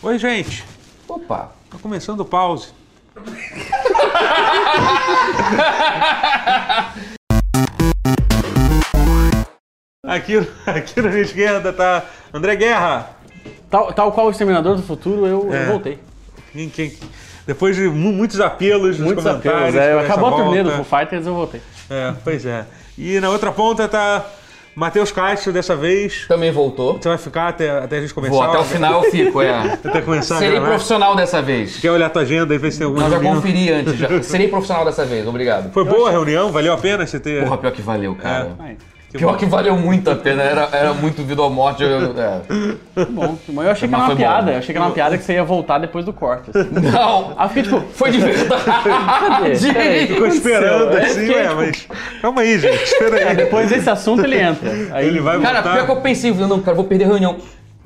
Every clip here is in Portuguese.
Oi, gente. Opa! Tá começando o pause. Aqui, aqui na minha esquerda tá André Guerra. Tal, tal qual o Exterminador do Futuro, eu, É. eu voltei. Quem- quem- depois de mu- muitos apelos nos Muitos comentários. apelos. É, por essa acabou a turnê do volta. Foo Fighters, eu voltei. É, pois é. E na outra ponta tá Matheus Castro dessa vez. Também voltou. Você vai ficar até, até a gente começar? Vou, até o final eu fico, é. Até começar a Serei gravar? profissional é dessa vez. Quer olhar a tua agenda e ver se tem algum Não, já reunião? conferi antes. Já. Serei profissional dessa vez, obrigado. Foi boa a reunião? Valeu a pena você ter... Porra, pior que valeu, cara. Aí, tá Que Pior bom. que valeu muito a pena, era, era muito vida ou morte. eu- é. que bom, que bom. Eu achei que era Mas uma foi piada, bom. eu achei que era uma piada que você ia voltar depois do corte. Assim. Não! Aí eu fiquei tipo, Foi de Cadê? Peraí. verdade! Ficou esperando assim, fiquei, ué, mas... Calma aí, gente, espera aí. é, depois desse assunto ele entra. Aí Ele vai Cara, voltar. pior que eu pensei, eu falei, não, cara, vou perder a reunião.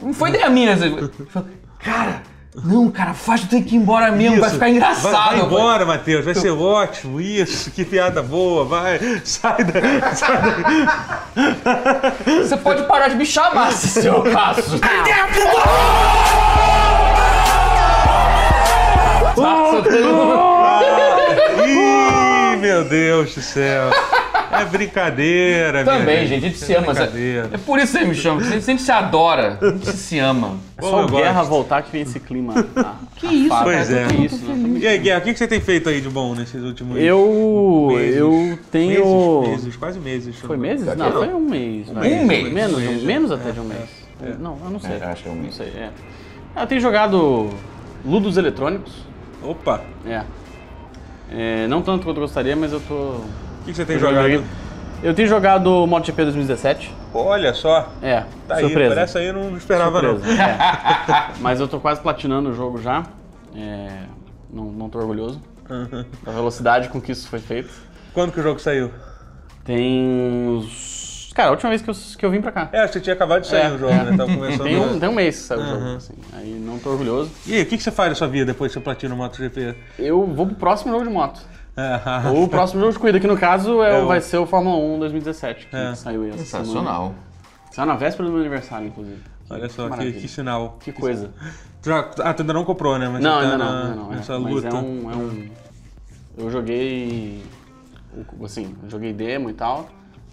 Não foi ideia minha. assim. Eu falei, Cara, não, cara, faz, tu tem que ir embora mesmo, vai Isso. ficar engraçado. Vai, vai Eu falei, embora, Matheus, vai ser ótimo, isso, que piada boa, vai, sai da... Sai da... Você pode parar de me chamar, se seu caso. Ih, meu Deus do céu. É brincadeira, minha Também, gente, a gente se ama. sabe? Brincadeira. É por isso que você me chama, porque a gente se adora, a gente se ama. é Bom, só eu o Guerra gosto. voltar que vem esse clima. Ah. que isso, Pois é. Que isso, né? E aí, Guerra, o que que você tem feito aí de bom nesses últimos Eu. Meses. Eu meses, tenho. meses, Tá quase meses? Foi meses? Não, foi um mês. né? mês? Um mês. Menos, Um mês, menos é. até de um mês. Não, eu não sei. É, acho que é um mês. Não sei, é. Eu tenho jogado Ludos Eletrônicos. Opa, É. É, Não tanto quanto eu gostaria, mas eu tô. o que que você tem tô jogando jogado? ainda. Eu tenho jogado o MotoGP 2017. Olha só, É, tá aí, surpresa. por essa aí eu não esperava surpresa. não. é. Mas eu tô quase platinando o jogo já. É, Não, não tô orgulhoso da velocidade com que isso foi feito. Quando que o jogo saiu? Tem uns. Cara, a última vez que eu, que eu vim pra cá. É, acho que tinha acabado de sair É, o jogo, né? Tava começando... Tem um, a- tem um mês que saiu o jogo, assim. Aí não tô orgulhoso. E aí, o que que você faz na sua vida depois que você platina o MotoGP? Eu vou pro próximo jogo de moto. É. Ou o próximo jogo de corrida, que no caso É é, o- o- vai ser o Fórmula 1 2017, que É. saiu aí essa semana. Sensacional. Saiu na véspera do meu aniversário, inclusive. Olha só, que, maravilha. que sinal. Que coisa. Tu já- ah, tu ainda não comprou, né? Mas Não, você tá ainda não, na- ainda não. é. Nessa Mas luta. é um, é um- Eu joguei. o- Assim, eu joguei demo e tal.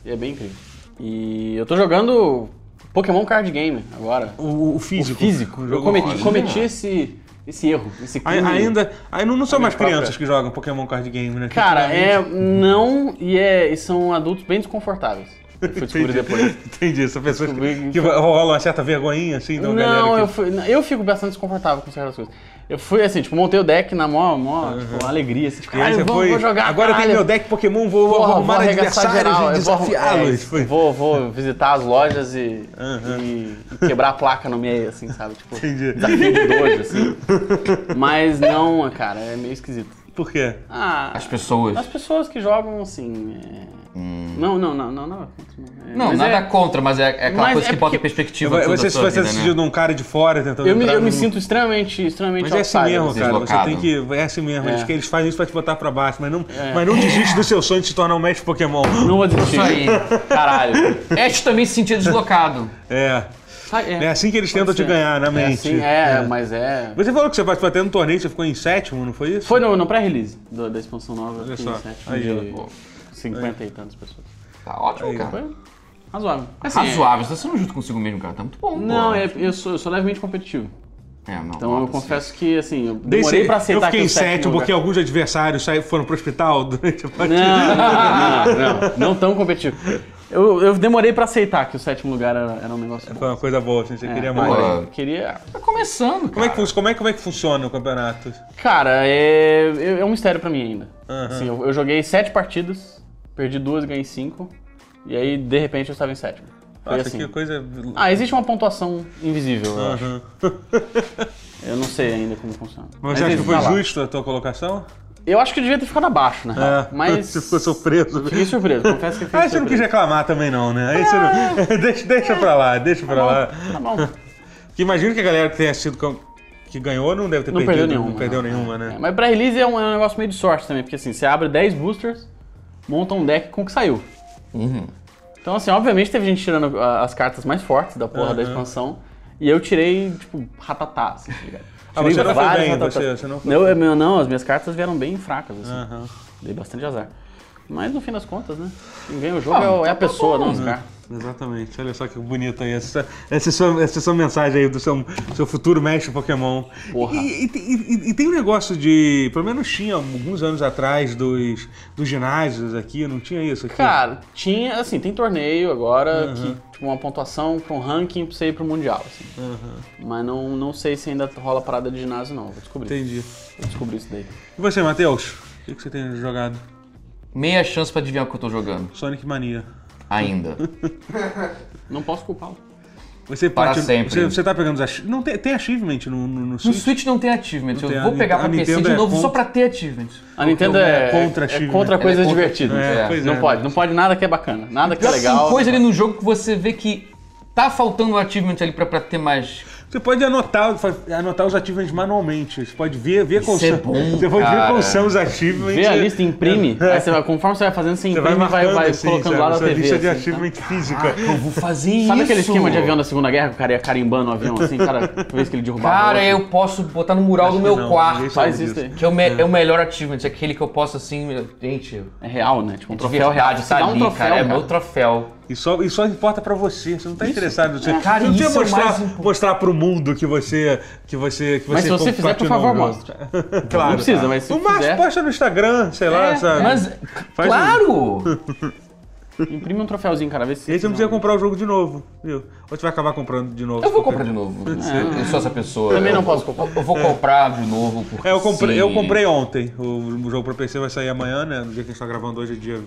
E é bem incrível. E eu tô jogando Pokémon Card Game agora. O, o físico. O Eu jogo cometi, físico. cometi esse, esse erro, esse Ai- crime. Ainda. Aí não, não são mais própria. crianças que jogam Pokémon Card Game, né? Cara, é não e, é e são adultos bem desconfortáveis. Eu fui descobrir Entendi. depois. Entendi. São pessoas que, Descobri- que rolam uma certa vergonhinha, assim, da galera. Não, que- eu, fui, não, eu fico bastante desconfortável com certas coisas. Eu fui assim, tipo, montei o deck na mó, mó tipo, alegria, assim, tipo, E aí "Caralho, você vamos, foi. vou jogar. agora eu caralho, tenho meu deck Pokémon, vou, vou porra, arrumar vou arregaçar adversários geral, e eu vou arrum- é, desafiá-los. Foi. Vou, vou visitar as lojas e, Aham. e- e quebrar a placa no meio, assim, sabe? Tipo, Entendi. desafio de dojo, assim. Mas não, cara, é meio esquisito. Por quê? Ah, As pessoas. Hum. as pessoas que jogam, assim... é- Não, não, não, não, não. é- Não, mas nada é- contra, mas é, é aquela Mas coisa é que bota em porque- perspectiva Você, toda você, a sua você vida, assistiu né? de um cara de fora tentando Eu me, entrar eu me num- sinto extremamente, extremamente Mas é assim outsider, mesmo, assim. cara. Você deslocado. tem que. É assim mesmo. Eles, É. que eles fazem isso pra te botar pra baixo. Mas não, mas não desiste do seu sonho de se tornar um mestre Pokémon. Não vou desistir. Isso aí, caralho. Este também se sentia deslocado. É. Ah, é. É assim que eles tentam te ser. ganhar, na É mente. assim, é, mas é. Você falou que você participou até no torneio, você ficou em sétimo, não foi isso? Foi no, no pré-release do- da expansão nova, Olha eu só. fiquei sétimo Aí, de ó. 50 e tantas pessoas. Tá ótimo, cara. Foi razoável. Assim, Razoável, você não é justo consigo mesmo, cara. Tá muito bom. é- não, pô. é, eu, sou, eu sou levemente competitivo. É, não, Então eu nota-se. confesso que, assim, eu Dei demorei se- pra aceitar Eu fiquei em que o sétimo sétimo lugar- porque alguns adversários saí- foram pro hospital durante a partida. Não, não, não, não, não tão competitivo. Eu, eu demorei pra aceitar que o sétimo lugar era, era um negócio bom. Foi uma coisa boa, assim, você É, queria eu mais. Boa. Queria. Tá começando, Como é, que, cara. fun- como, é, como é que funciona o campeonato? Cara, é, é- é um mistério pra mim ainda. Aham. Assim, eu, eu joguei sete partidas, perdi duas, ganhei cinco. E aí, de repente, eu estava em sétimo. Foi Nossa, assim. que coisa. Ah, existe uma pontuação invisível, eu acho. Aham. Eu não sei ainda como funciona. Mas você acha que ele foi tá lá. justo a tua colocação? Eu acho que eu devia ter ficado abaixo, né? É. Mas. Você ficou surpreso. Fiquei surpreso, confesso que Ah, eu fiquei você não surpreso. quis reclamar também não, né? Aí você não... deixa, deixa pra lá, deixa pra lá. Tá bom. Que imagino que a galera que tenha sido com- que ganhou não deve ter Não perdido. perdeu nenhuma. Não perdeu nenhuma, né? É, mas pra release é um, é um negócio meio de sorte também, porque assim, você abre 10 boosters, monta um deck com o que saiu. Uhum. Então, assim, obviamente teve gente tirando ah, as cartas mais fortes da porra da Aham. expansão. E eu tirei, tipo, ratatá, assim, tá ligado? Ah, você Tirei não foi várias bem, ratatá. você- você não foi Não, eu- meu, não, as minhas cartas vieram bem fracas, assim. Aham. Dei bastante azar. Mas no fim das contas, né? Quem ganha o jogo Ah, é tá o- é a pessoa, não os Uhum. caras. É. Exatamente, olha só que bonito aí. Essa, essa, é sua, essa é sua mensagem aí do seu, seu futuro mestre Pokémon. Porra. E, e tem- e- e tem um negócio de. Pelo menos tinha alguns anos atrás dos, dos ginásios aqui, não tinha isso aqui? Cara, tinha, assim, tem torneio agora, Uhum. que, tipo, uma pontuação pra um ranking pra você ir pro Mundial, assim. Mas não, não sei se ainda rola parada de ginásio, não. Vou descobrir. Uhum. Entendi. Vou descobrir isso daí. E você, Matheus? O que que você tem jogado? Meia chance pra adivinhar o que eu tô jogando. Sonic Mania. Ainda. Não posso culpá-lo. Você Para parte- sempre. Você, você tá pegando os ach... Não tem, tem achievement no, no, no No Switch? Switch não tem achievement. tem, eu a vou Nintendo- pegar pra a PC de Nintendo é novo só contra- pra ter achievement. A Nintendo é, é contra é time, contra né? coisas Ela é contra- divertidas. É, pois não é. pode, não pode nada que é bacana, nada que é Pior que legal. Tem coisa ali no jogo que você vê que tá faltando um achievement ali pra, pra ter mais. Você pode anotar, fa- anotar os achievements manualmente. Você pode ver, ver quais Isso são. é bom, você pode ver cara. quais são os achievements. Vê a lista, imprime. É. Aí você vai, conforme você vai fazendo, você Você imprime vai e vai, marcando, vai assim, colocando sabe? lá na Sua TV. lista de assim, tá? achievement física. Eu vou fazer isso. Sabe aquele esquema de avião da Segunda Guerra que o cara ia carimbando o avião assim, cara, toda vez que ele derrubava? o Cara, outro? eu posso botar no mural do meu Não, ninguém quarto. sabe Faz isso disso. daí. Que é o, me- é o melhor achievement, aquele que eu posso assim. meu- Gente, É real, né? Tipo, um de troféu real. verdade, Você tá dá um ali, troféu, cara, É cara. meu troféu. E só, e só importa pra você, você não tá interessado. Você, Cara, você não isso é o mostrar, mais importante. mostrar pro mundo que você. Que você que Mas você se você fizer, platinou por favor, o jogo. mostra. claro. tá. Não precisa, mas se O Márcio fizer- posta no Instagram, sei lá, É, sabe? Mas, Faz um- claro! Imprime um troféuzinho, cara, vê se. E aí você não precisa comprar o jogo de novo, viu? Ou você vai acabar comprando de novo. Eu vou comprar de novo. Eu sou essa pessoa. Também Eu- não posso comprar. Eu vou comprar de novo porque. É, eu comprei, eu sim. comprei ontem. O, o jogo pra PC vai sair amanhã, né? No dia que a gente tá gravando hoje é dia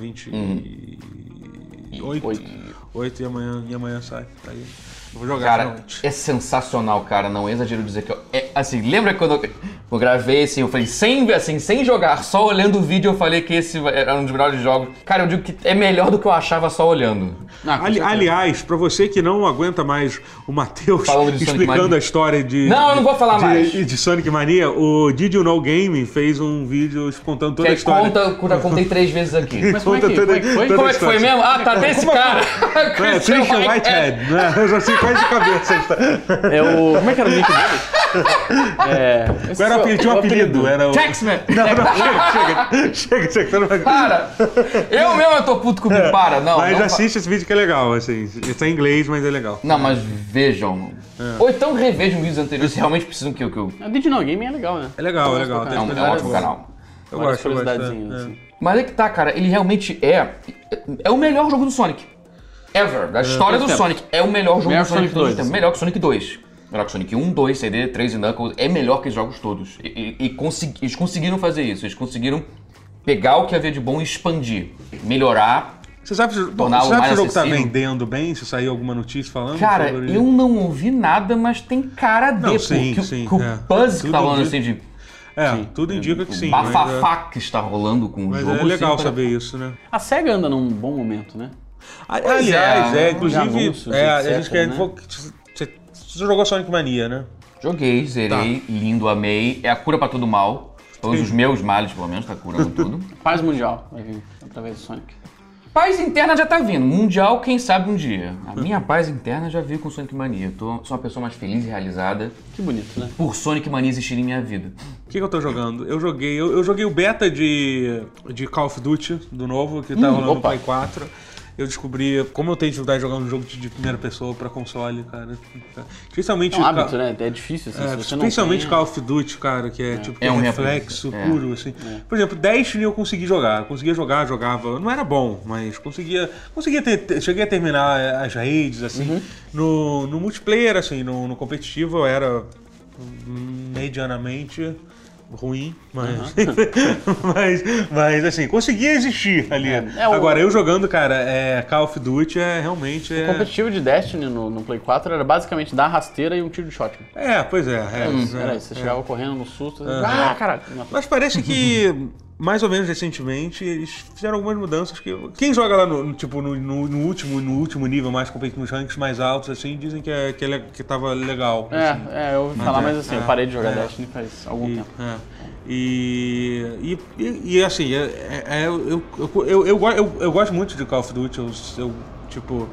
Uhum. 28. Oito. 8 e amanhã, e amanhã sai. Tá aí. Eu vou jogar então. Cara, finalmente. é sensacional, cara. Não é exagero dizer que eu. é, assim, lembra quando eu, eu gravei assim, eu falei sem, assim, sem jogar, só olhando o vídeo, eu falei que esse era um dos melhores jogos. Cara, eu digo que é melhor do que eu achava só olhando. Ah, com Ali- certeza. aliás, pra você que não aguenta mais o Matheus Falando de Sonic explicando Mania. a história de. Não, eu não vou falar de, mais. De Sonic Mania, o Did You Know Game fez um vídeo contando toda Que a aí história. É, conta, eu já contei três vezes aqui. Mas como é que, Conta como é toda- que foi? toda- Como é que foi mesmo? Ah, tá, tem esse cara. Não é, Christian Whitehead, né? Eu já sei quase de cabeça. a história. É o... Como é que era o nick dele? É... esse Era o foi- apelido, tinha um o apelido. Era o... Taxman! Não, não, chega, chega, chega, chega, você não vai- Para! Eu mesmo eu tô puto comigo, para, Ah, não. É, Mas não fa- assiste esse vídeo que é legal, assim. Isso é em inglês, mas é legal. Não, mas vejam. É. Ou então revejam vídeos anteriores se realmente precisam que eu. que eu- A Did You Know Game é legal, né? É legal, é legal. É Tem um, é um várias- ótimo canal. Eu Várias gosto, eu gosto. curiosidadezinhas, é, é. assim. Mas é que tá, cara, ele realmente é. É o melhor jogo do Sonic. Ever. Da história do tempo. Sonic. É o melhor jogo Melhor do Sonic, Sonic 2, de todos os tempos. assim. Melhor que Sonic 2. Melhor que Sonic 1, 2, CD, 3 e Knuckles. É melhor que os jogos todos. E, e- e consegui- eles conseguiram fazer isso. Eles conseguiram pegar o que havia de bom e expandir. Melhorar. Você sabe se bom, Torná-lo você sabe se o mais jogo tá acessível. vendendo bem? Se saiu alguma notícia falando Cara, um sobre... eu não ouvi nada, mas tem cara de. Não, pô, sim, que, o- sim, que o é. buzz que Tudo tá rolando indica- assim de. É, tudo indica que sim. mas é- Bafafá que está rolando com o Mas jogo. é legal assim, saber isso, né? A SEGA anda num bom momento, né? Aliás, é, é, de inclusive... anúncios, É, a etc, gente quer... né? vou- Você você jogou Sonic Mania, né? Joguei, zerei, lindo, amei. É a cura pra todo mal. Pelo menos os meus males, pelo menos, tá curando tudo. Paz Mundial vai vir através do Sonic. Paz interna já tá vindo. Mundial, quem sabe um dia. A minha paz interna já veio com Sonic Mania. Eu tô, sou uma pessoa mais feliz e realizada Que bonito, né? por Sonic Mania existir em minha vida. O que, que eu tô jogando? Eu joguei, eu, eu joguei o beta de, de Call of Duty, do novo, que tá rolando Hum, opa. no Play 4. Eu descobri como eu tenho dificuldade de jogar um jogo de, de primeira pessoa pra console, cara. Especialmente. É um ca- hábito, né? É difícil, assim, é, se você não principalmente tem- Call of Duty, cara, que é, tipo É um reflexo reflexo, é. puro, assim. Por exemplo, Destiny eu consegui jogar. Eu conseguia jogar, jogava. Não era bom, mas conseguia. Conseguia ter. ter- cheguei a terminar eh, as raids, assim. Uhum. No, no multiplayer, assim, no, no competitivo eu era hum, medianamente ruim, mas. mas, mas, assim, conseguia existir ali. Uhum. É, o- Agora, eu jogando, cara, é, Call of Duty é realmente. O é- competitivo de Destiny no, no Play 4 era basicamente dar rasteira e um tiro de shotgun. É, pois é. é, é, Era isso, você chegava correndo no susto, você- ah, caralho. Mas parece que, mais ou menos recentemente, eles fizeram algumas mudanças que. Quem joga lá no, no- tipo, no, no- no último, no último nível, mais competitivo, nos ranks mais altos, assim, dizem que, é, que, é le- que tava legal. assim. É, é, eu ouvi falar, mas assim, é, eu parei de jogar é. Destiny faz algum E, tempo. é. E, e, e- e, assim, é- é- é- eu, eu, eu, eu, go- eu- eu gosto muito de Call of Duty, eu, eu, tipo.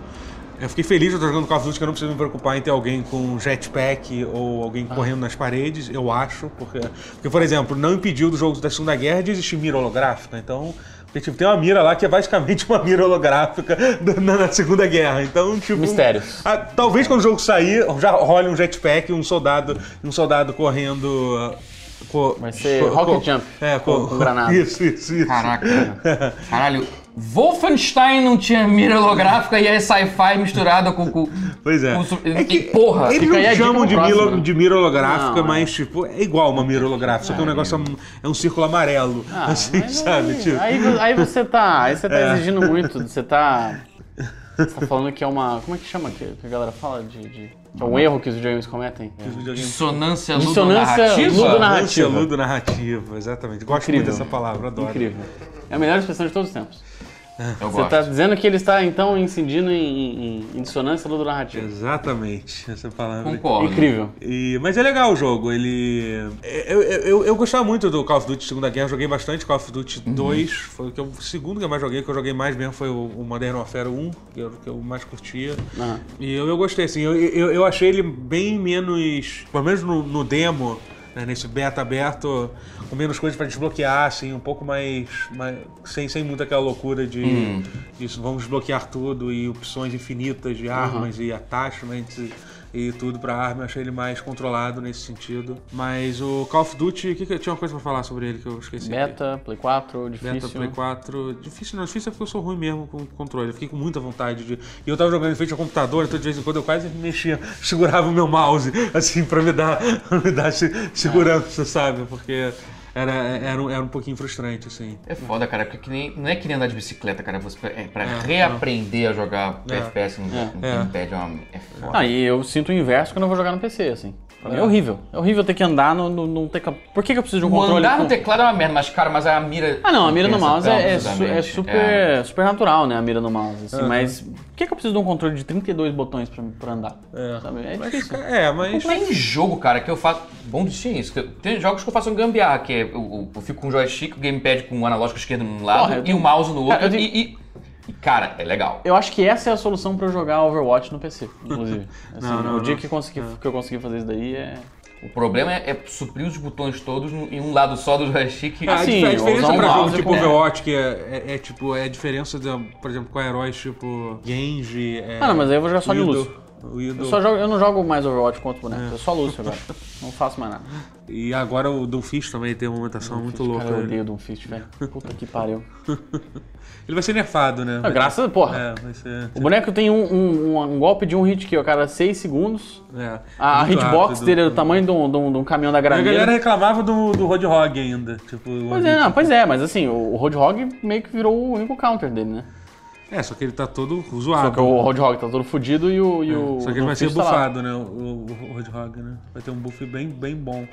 Eu fiquei feliz de eu estar jogando Call of Duty, que eu não preciso me preocupar em ter alguém com um jetpack ou alguém Ah. correndo nas paredes, eu acho. Porque, porque, por exemplo, não impediu dos jogos da Segunda Guerra de existir mira holográfica. Então, porque, tipo, tem uma mira lá que é basicamente uma mira holográfica do- na, na Segunda Guerra. Então, tipo. Mistérios. Ah, talvez quando o jogo sair, já role um jetpack e um soldado, um soldado correndo. ah, co- Vai ser co- rocket co- jump, É, com- co- com granada. Isso, isso, isso. Caraca. Caralho. Wolfenstein não tinha mira holográfica e é sci-fi misturada com, com. Pois é. com su- e- porra. Eles fica não aí a dica chamam pro de, próximo, mira, né? de mira holográfica, Não, mas tipo, é igual uma mira holográfica, só que o negócio é um, é um círculo amarelo, Ah, assim, mas sabe? É. Aí, tipo, aí, vo- aí você tá. Aí você tá exigindo muito. Você tá. Você tá falando que é uma. Como é que chama que, que a galera fala? De, de- que é um erro que os videogames cometem. Dissonância Dissonância ludonarrativa. Ah, ludonarrativa. narrativa. narrativa, é exatamente. Gosto Incrível. muito dessa palavra, adoro. Incrível. É a melhor expressão de todos os tempos. Eu Você gosto. tá dizendo que ele está então incidindo em, em, em dissonância ludonarrativa. Exatamente, essa palavra. Concordo. Incrível. E- mas é legal o jogo, ele. é, Eu, eu, eu- eu gostava muito do Call of Duty Segunda Guerra, joguei bastante Call of Duty 2, foi o, que eu- o segundo que eu mais joguei, o que eu joguei mais mesmo foi o, o Modern Warfare 1, que eu, que eu mais curtia. Aham. E eu, eu gostei, assim, eu, eu, eu achei ele bem menos. Pelo menos no, no demo, né, nesse beta aberto, com menos coisas pra desbloquear, assim, um pouco mais. mais- sem, sem muita aquela loucura de, disso, vamos desbloquear tudo e opções infinitas de armas e attachments. E, e tudo pra arma, eu achei ele mais controlado nesse sentido. Mas o Call of Duty, o que, que eu tinha uma coisa pra falar sobre ele que eu esqueci? Beta, Play 4, difícil. né? Beta Play 4. Difícil não, difícil é porque eu sou ruim mesmo com o controle. Eu fiquei com muita vontade de. E eu tava jogando em frente ao computador, então de vez em quando eu quase mexia, segurava o meu mouse, assim, pra me dar, pra me dar se- segurança, sabe? Porque era, era, um- era um pouquinho frustrante, assim. É foda, cara, porque que nem- não é que nem andar de bicicleta, cara. Você, é pra É, reaprender a jogar É. FPS no jogo É. no pad, é uma- é foda. Ah, e eu sinto o inverso quando eu vou jogar no PC, assim. Tá Pra mim é horrível. É horrível ter que andar no, no, no teclado. Por que, que eu preciso de um O controle? andar no com- teclado é uma merda, mas, cara, mas a mira. Ah, não, a mira no compensa mouse tão é, é su- absurdamente. é super, É. super natural, né? A mira no mouse, assim. Mas por que, que eu preciso de um controle de 32 botões pra, pra andar? É. Sabe? É Mas, difícil. é, mas. Tem jogo, cara, que eu faço. Bom tinha isso. que eu- Tem jogos que eu faço um gambiarra, que é eu, eu- eu fico com o joystick, o gamepad com o analógico esquerdo num lado Porra, eu e tenho- o mouse no outro. Cara, eu tenho- e, e- e, cara, é legal. Eu acho que essa é a solução pra eu jogar Overwatch no PC, inclusive. Assim, Não, não, o dia não. É. Que, consegui, que eu conseguir fazer isso daí é. O problema é, é suprir os botões todos no- em um lado só do joystick. A, Assim, dif- a eu diferença usar um pra jogo mouse tipo com- Overwatch, que é, é- é, tipo, é a diferença, da, por exemplo, com heróis tipo Genji. É, Ah, não, mas aí eu vou jogar só de Widow- Lúcio. Widow. Eu, só jogo- eu não jogo mais Overwatch com outros É. bonecos, eu só Lúcio agora. não faço mais nada. E agora o Doomfist também tem uma movimentação muito louca. né? Cara, eu dele. odeio Doomfist, velho. Puta que pariu. Ele vai ser nerfado, né? Ah, graças, porra. É, vai ser. O boneco tem um, um- um- um golpe de um hit kill a cada 6 segundos. É, A muito hitbox rápido. dele é do tamanho de um, de um- de um caminhão da A galera é granada. reclamava do, do Roadhog ainda. Tipo, Pois é, não, pois é, mas assim, o o Roadhog meio que virou o único counter dele, né? É, só que ele tá todo Só zoado. que o Roadhog tá todo fudido e o. E o Só que ele vai ser Doomfist tá lá. buffado, né? O, o- o Roadhog, né? Vai ter um buff bem, bem bom.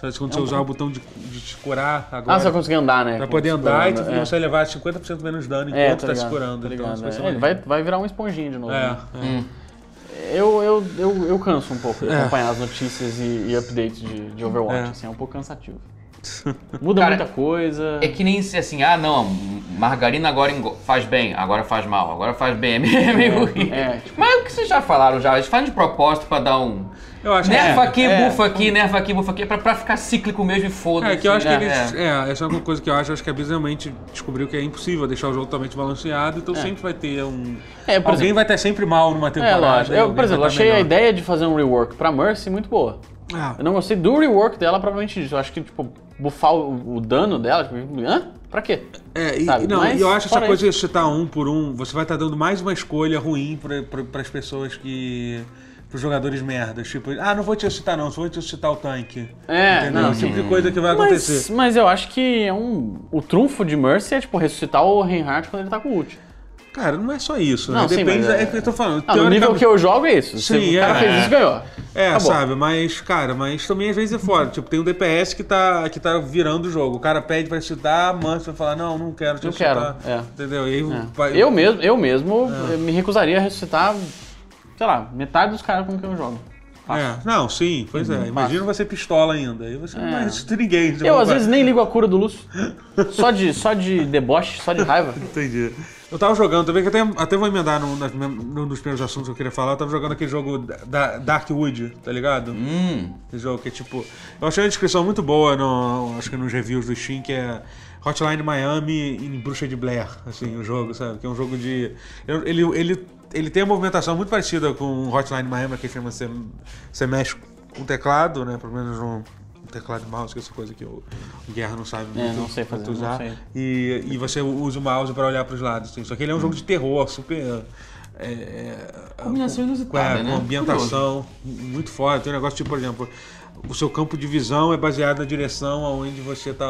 Só que quando você usar o botão de, de te curar agora. É um Ah, você vai conseguir andar, né? Vai com- poder andar e tu segurando, consegue levar 50% menos dano é. É, enquanto tá tá, ligado, se curando. tá então, isso ligado, vai ser é. Ele vai, vai virar uma esponjinha de novo. né? maneiro. É, é. Eu, eu, eu, eu canso um pouco de acompanhar as notícias e, e updates de, de Overwatch, É. assim, é um pouco cansativo. Muda Cara, muita coisa. É que nem se assim, ah não, margarina agora engo- faz bem, agora faz mal, agora faz bem. É meio ruim. é, tipo- Mas o que vocês já falaram já? Eles fazem de propósito pra dar um. Eu acho que Nerfa aqui, é. bufa aqui, nerfa aqui, bufa aqui, pra, pra ficar cíclico mesmo e foda-se. É, que eu acho que né? eles. É. É, essa é uma coisa que eu acho. Acho que a Blizzard realmente descobriu que é impossível deixar o jogo totalmente balanceado, então sempre vai ter um. É, por Alguém exemplo- vai estar sempre mal numa É, temporada. lógico. né? Eu, Alguém por vai exemplo, eu estar achei a melhor. ideia de fazer um rework pra Mercy muito boa. Ah, Eu não gostei do rework dela, provavelmente disso. Eu acho que, tipo, bufar o, o dano dela, tipo, hã? Pra quê? É, e, Sabe? não, Mas, e eu acho essa fora coisa de citar um por um, você vai estar dando mais uma escolha ruim para as pessoas que. Pros jogadores merdas. Tipo, ah, não vou te citar não, só vou te citar o tanque. É, Entendeu? não, Esse tipo de coisa que vai Mas, acontecer. mas eu acho que é um. O trunfo de Mercy é, tipo, ressuscitar o Reinhardt quando ele tá com o ult. Cara, não é só isso, né? Não, sim, Depende. mas da- é- é, que eu tô falando. Ah, no nível teoricamente- que eu jogo é isso. Se Sim, o cara é. fez isso, ganhou. É, Acabou. sabe, mas, cara, mas também às vezes é fora. Tipo, tem um DPS que tá, que tá virando o jogo. O cara pede pra citar, a Manso vai falar, não, não quero te Não quero, citar. é. Entendeu? E aí, vai- É. Eu mesmo, eu mesmo eh, me recusaria a ressuscitar, sei lá, metade dos caras com quem eu jogo. É, não, sim, pois é. Imagina você pistola ainda. Aí você não vai resistir ninguém. você É. Eu, não às vai- vezes, nem ligo a cura do Lúcio. Só de, só de deboche, só de raiva. Entendi. Eu tava jogando também, que até, até vou emendar num, das- num dos primeiros assuntos que eu queria falar. Eu tava jogando aquele jogo da- da Darkwood, tá ligado? Hum. Esse jogo que é tipo. Eu achei a descrição muito boa, no, acho que nos reviews do Steam, que é Hotline Miami em Bruxa de Blair, assim, o jogo, sabe? Que é um jogo de. Ele, ele, ele tem uma movimentação muito parecida com Hotline Miami, que chama você, você mexe com o teclado, né? Pelo menos um teclado e mouse, que é essa coisa que o, o Guerra não sabe muito, É, não sei fazer, muito não usar. sei. E, e você usa o mouse pra olhar pros lados. Assim. Só que ele Hum. é um jogo de terror, super. É, é, Combinação com- inusitada, com, né? Com ambientação muito foda. Tem um negócio tipo, por exemplo, o seu campo de visão é baseado na direção aonde você tá,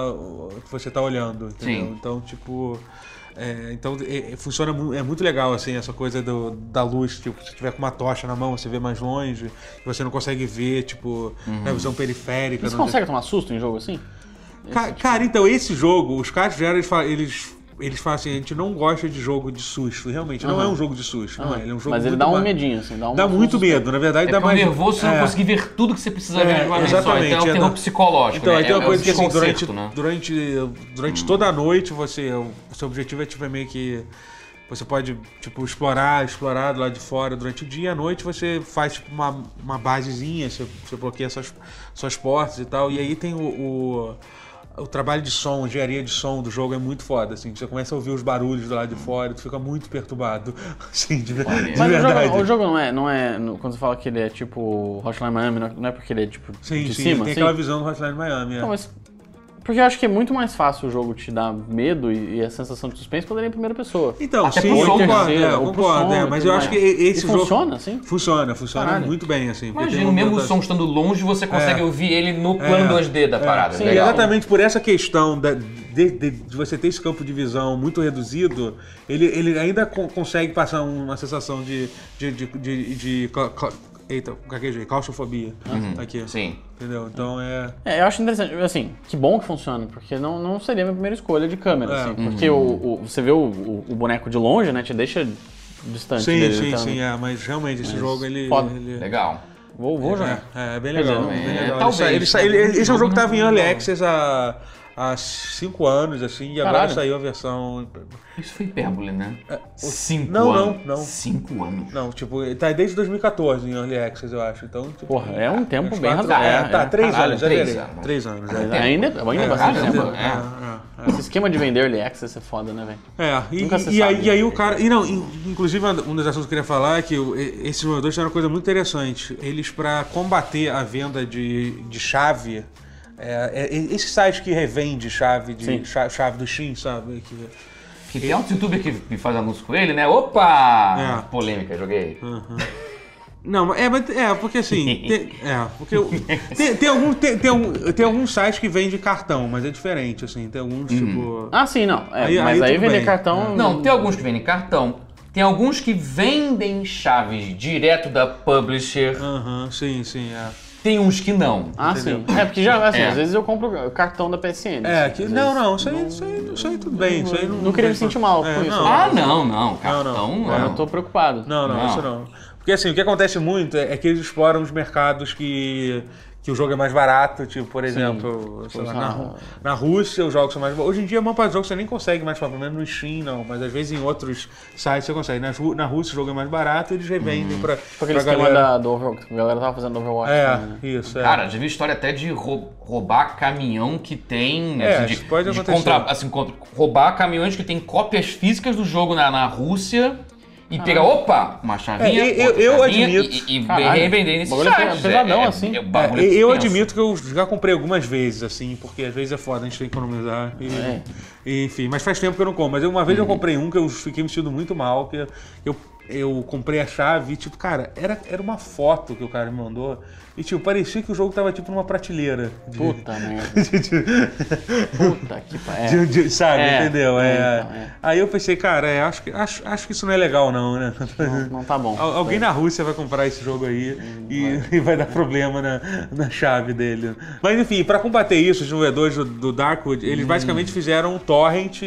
que você tá olhando, entendeu? Sim. Então, tipo. é, então é, é, funciona mu- é muito legal assim essa coisa do- da luz tipo se tiver com uma tocha na mão você vê mais longe você não consegue ver tipo na visão periférica Você não sei- consegue tomar susto em jogo assim? Ca- Cara, então, esse jogo, os caras vieram, eles, fa- eles, eles falam assim, a gente não gosta de jogo de susto. Realmente, não é um jogo de susto. Não é, ele é um jogo Mas ele muito dá um ma- medinho, assim. Dá, um Dá muito susto. medo, na verdade É dá porque o mais... nervoso você é. não consegue ver tudo que você precisa É, ver de uma vez só. exatamente, Então é um é, terror não. psicológico, Então, né? aí tem é, uma é um coisa que assim, durante, desconcerto, né? durante, durante toda a noite, você, o seu objetivo é tipo é meio que. Você pode, tipo, explorar, explorar do lado de fora durante o dia, à noite você faz tipo, uma, uma basezinha, você, você bloqueia suas, suas portas e tal. E aí tem o, o, o trabalho de som, a engenharia de som do jogo é muito foda, assim. Você começa a ouvir os barulhos do lado de fora, tu fica muito perturbado, assim, de, de Mas o verdade. jogo, o jogo não é, não é no- quando você fala que ele é tipo Hotline Miami, não é- não é porque ele é tipo Sim, de sim, cima, tem assim? aquela visão do Hotline Miami. é. Não, mas- Porque eu acho que é muito mais fácil o jogo te dar medo e, e a sensação de suspense quando ele é em primeira pessoa. Então, Até sim, pro eu som, concordo, terceiro, é, eu ou pro concordo, som é, e mas tudo eu acho que mais. esse E jogo... funciona, assim? Funciona, funciona Caralho. muito bem, assim. porque tem Imagina, um mesmo o momento- som estando longe, você consegue ouvir ele no plano 2D da parada. É. Sim, legal. exatamente por essa questão da- de, de- de você ter esse campo de visão muito reduzido, ele, ele ainda co- consegue passar um, uma sensação de... de, de, de, de cla- cla- eita, caguejei, claustrofobia aqui. Uhum. Sim. Entendeu? Então é... É, eu acho interessante, assim, que bom que funciona, porque não, não seria a minha primeira escolha de câmera, É. assim, porque o, o- você vê o, o- o boneco de longe, né, te deixa distante Sim, dele. sim, então- sim, é, mas realmente esse jogo, ele... foda. ele- Legal. Vou, vou jogar. É, é bem dizer, legal. não- bem é, legal. Ele talvez, sa- ele sa- ele- talvez. esse é um jogo que tava em Não, Early não. Access há, há cinco anos, assim, e agora Caralho. saiu a versão. Isso foi hipérbole, né? Cinco É. Não, não, anos. não. Cinco anos. Não, tipo, ele tá desde 2014 em Early Access, eu acho. Então, tipo, Porra, é um tempo uns bem quatro- razoável. é, tá, é. três né? Caralho, anos, três já anos. Três anos, é. Mas Ainda, ainda É, bastante caramba. tempo. É. É, é, é. Esse esquema de vender Early Access é foda, né, velho? É, e, Nunca se e aí, sabe. e aí o cara. E não, in- inclusive, um dos assuntos que eu queria falar é que o- e- esses jogadores tinham uma coisa muito interessante. Eles, pra combater a venda de, de chave, é, é, e- esse site que revende chave, de, Sim. cha- chave do Steam, sabe? Que, Que tem outro youtuber que que faz anúncio com ele, né? Opa! É. Polêmica, joguei. Não, mas- é, mas- é, porque assim. tem- é, porque. eu- Tem, tem, algum, tem, tem, algum, tem alguns sites que vende cartão, mas é diferente, assim. Tem alguns, tipo. Ah, sim, não. É, Aí- aí mas aí, tudo vender bem. É. cartão. Não, tem alguns que vendem cartão. Tem alguns que vendem chaves direto da publisher. Aham, sim, sim, é. Tem uns que não. Ah, sim. É, porque já, assim, É. às vezes eu compro o cartão da PSN. É, assim, que, às não, vezes. não, isso aí, isso aí, isso aí tudo bem. Isso aí não, Não queria me tem- sentir mal é, com isso. né? não. É, Ah, não, não. Cartão não. Agora eu tô preocupado. Não, não, Não. isso não. Porque assim, o que acontece muito é é que eles exploram os mercados que, que o jogo é mais barato, tipo, por exemplo, sei lá, na, ah. Ru- na Rússia os jogos são mais baratos. Hoje em dia, a maior parte dos jogos você nem consegue mais, pelo menos no Steam não, mas às vezes em outros sites você consegue. Na, na Rússia o jogo é mais barato e eles revendem pra, Tipo pra aquele esquema galera. da, do Overwatch, que a galera tava fazendo Overwatch. também, né? É, isso, é. Cara, já vi história até de rou- roubar caminhão que tem. É, assim, de, isso pode de acontecer. contra- assim, contra- roubar caminhões que tem cópias físicas do jogo na, na Rússia e Ah. pegar, opa, uma chavinha. É, eu- outra eu chavinha, admito. E, e, e Caralho, revender nesse o bagulho é chat. pesadão, assim. bagulho É, eu tenso. admito que eu já comprei algumas vezes, assim, porque às vezes é foda, a gente tem que economizar. E, É. Uhum. e, enfim, mas faz tempo que eu não compro. Mas uma vez eu comprei um que eu fiquei me sentindo muito mal, que eu, eu comprei a chave e, tipo, cara, era, era uma foto que o cara me mandou. E, tipo, parecia que o jogo tava, tipo, numa prateleira. de- Puta merda. de- de- Puta que pariu. de- de- sabe, É, entendeu? É. é, então, é. Aí eu pensei, cara, é, acho, que, acho, acho que isso não é legal, não, né? Não, não tá bom. Hum, Al- Alguém na Rússia vai comprar esse jogo aí e, e vai dar problema na, na chave dele. Hum. Mas enfim, pra combater isso, os desenvolvedores do, do Darkwood, eles basicamente fizeram um torrent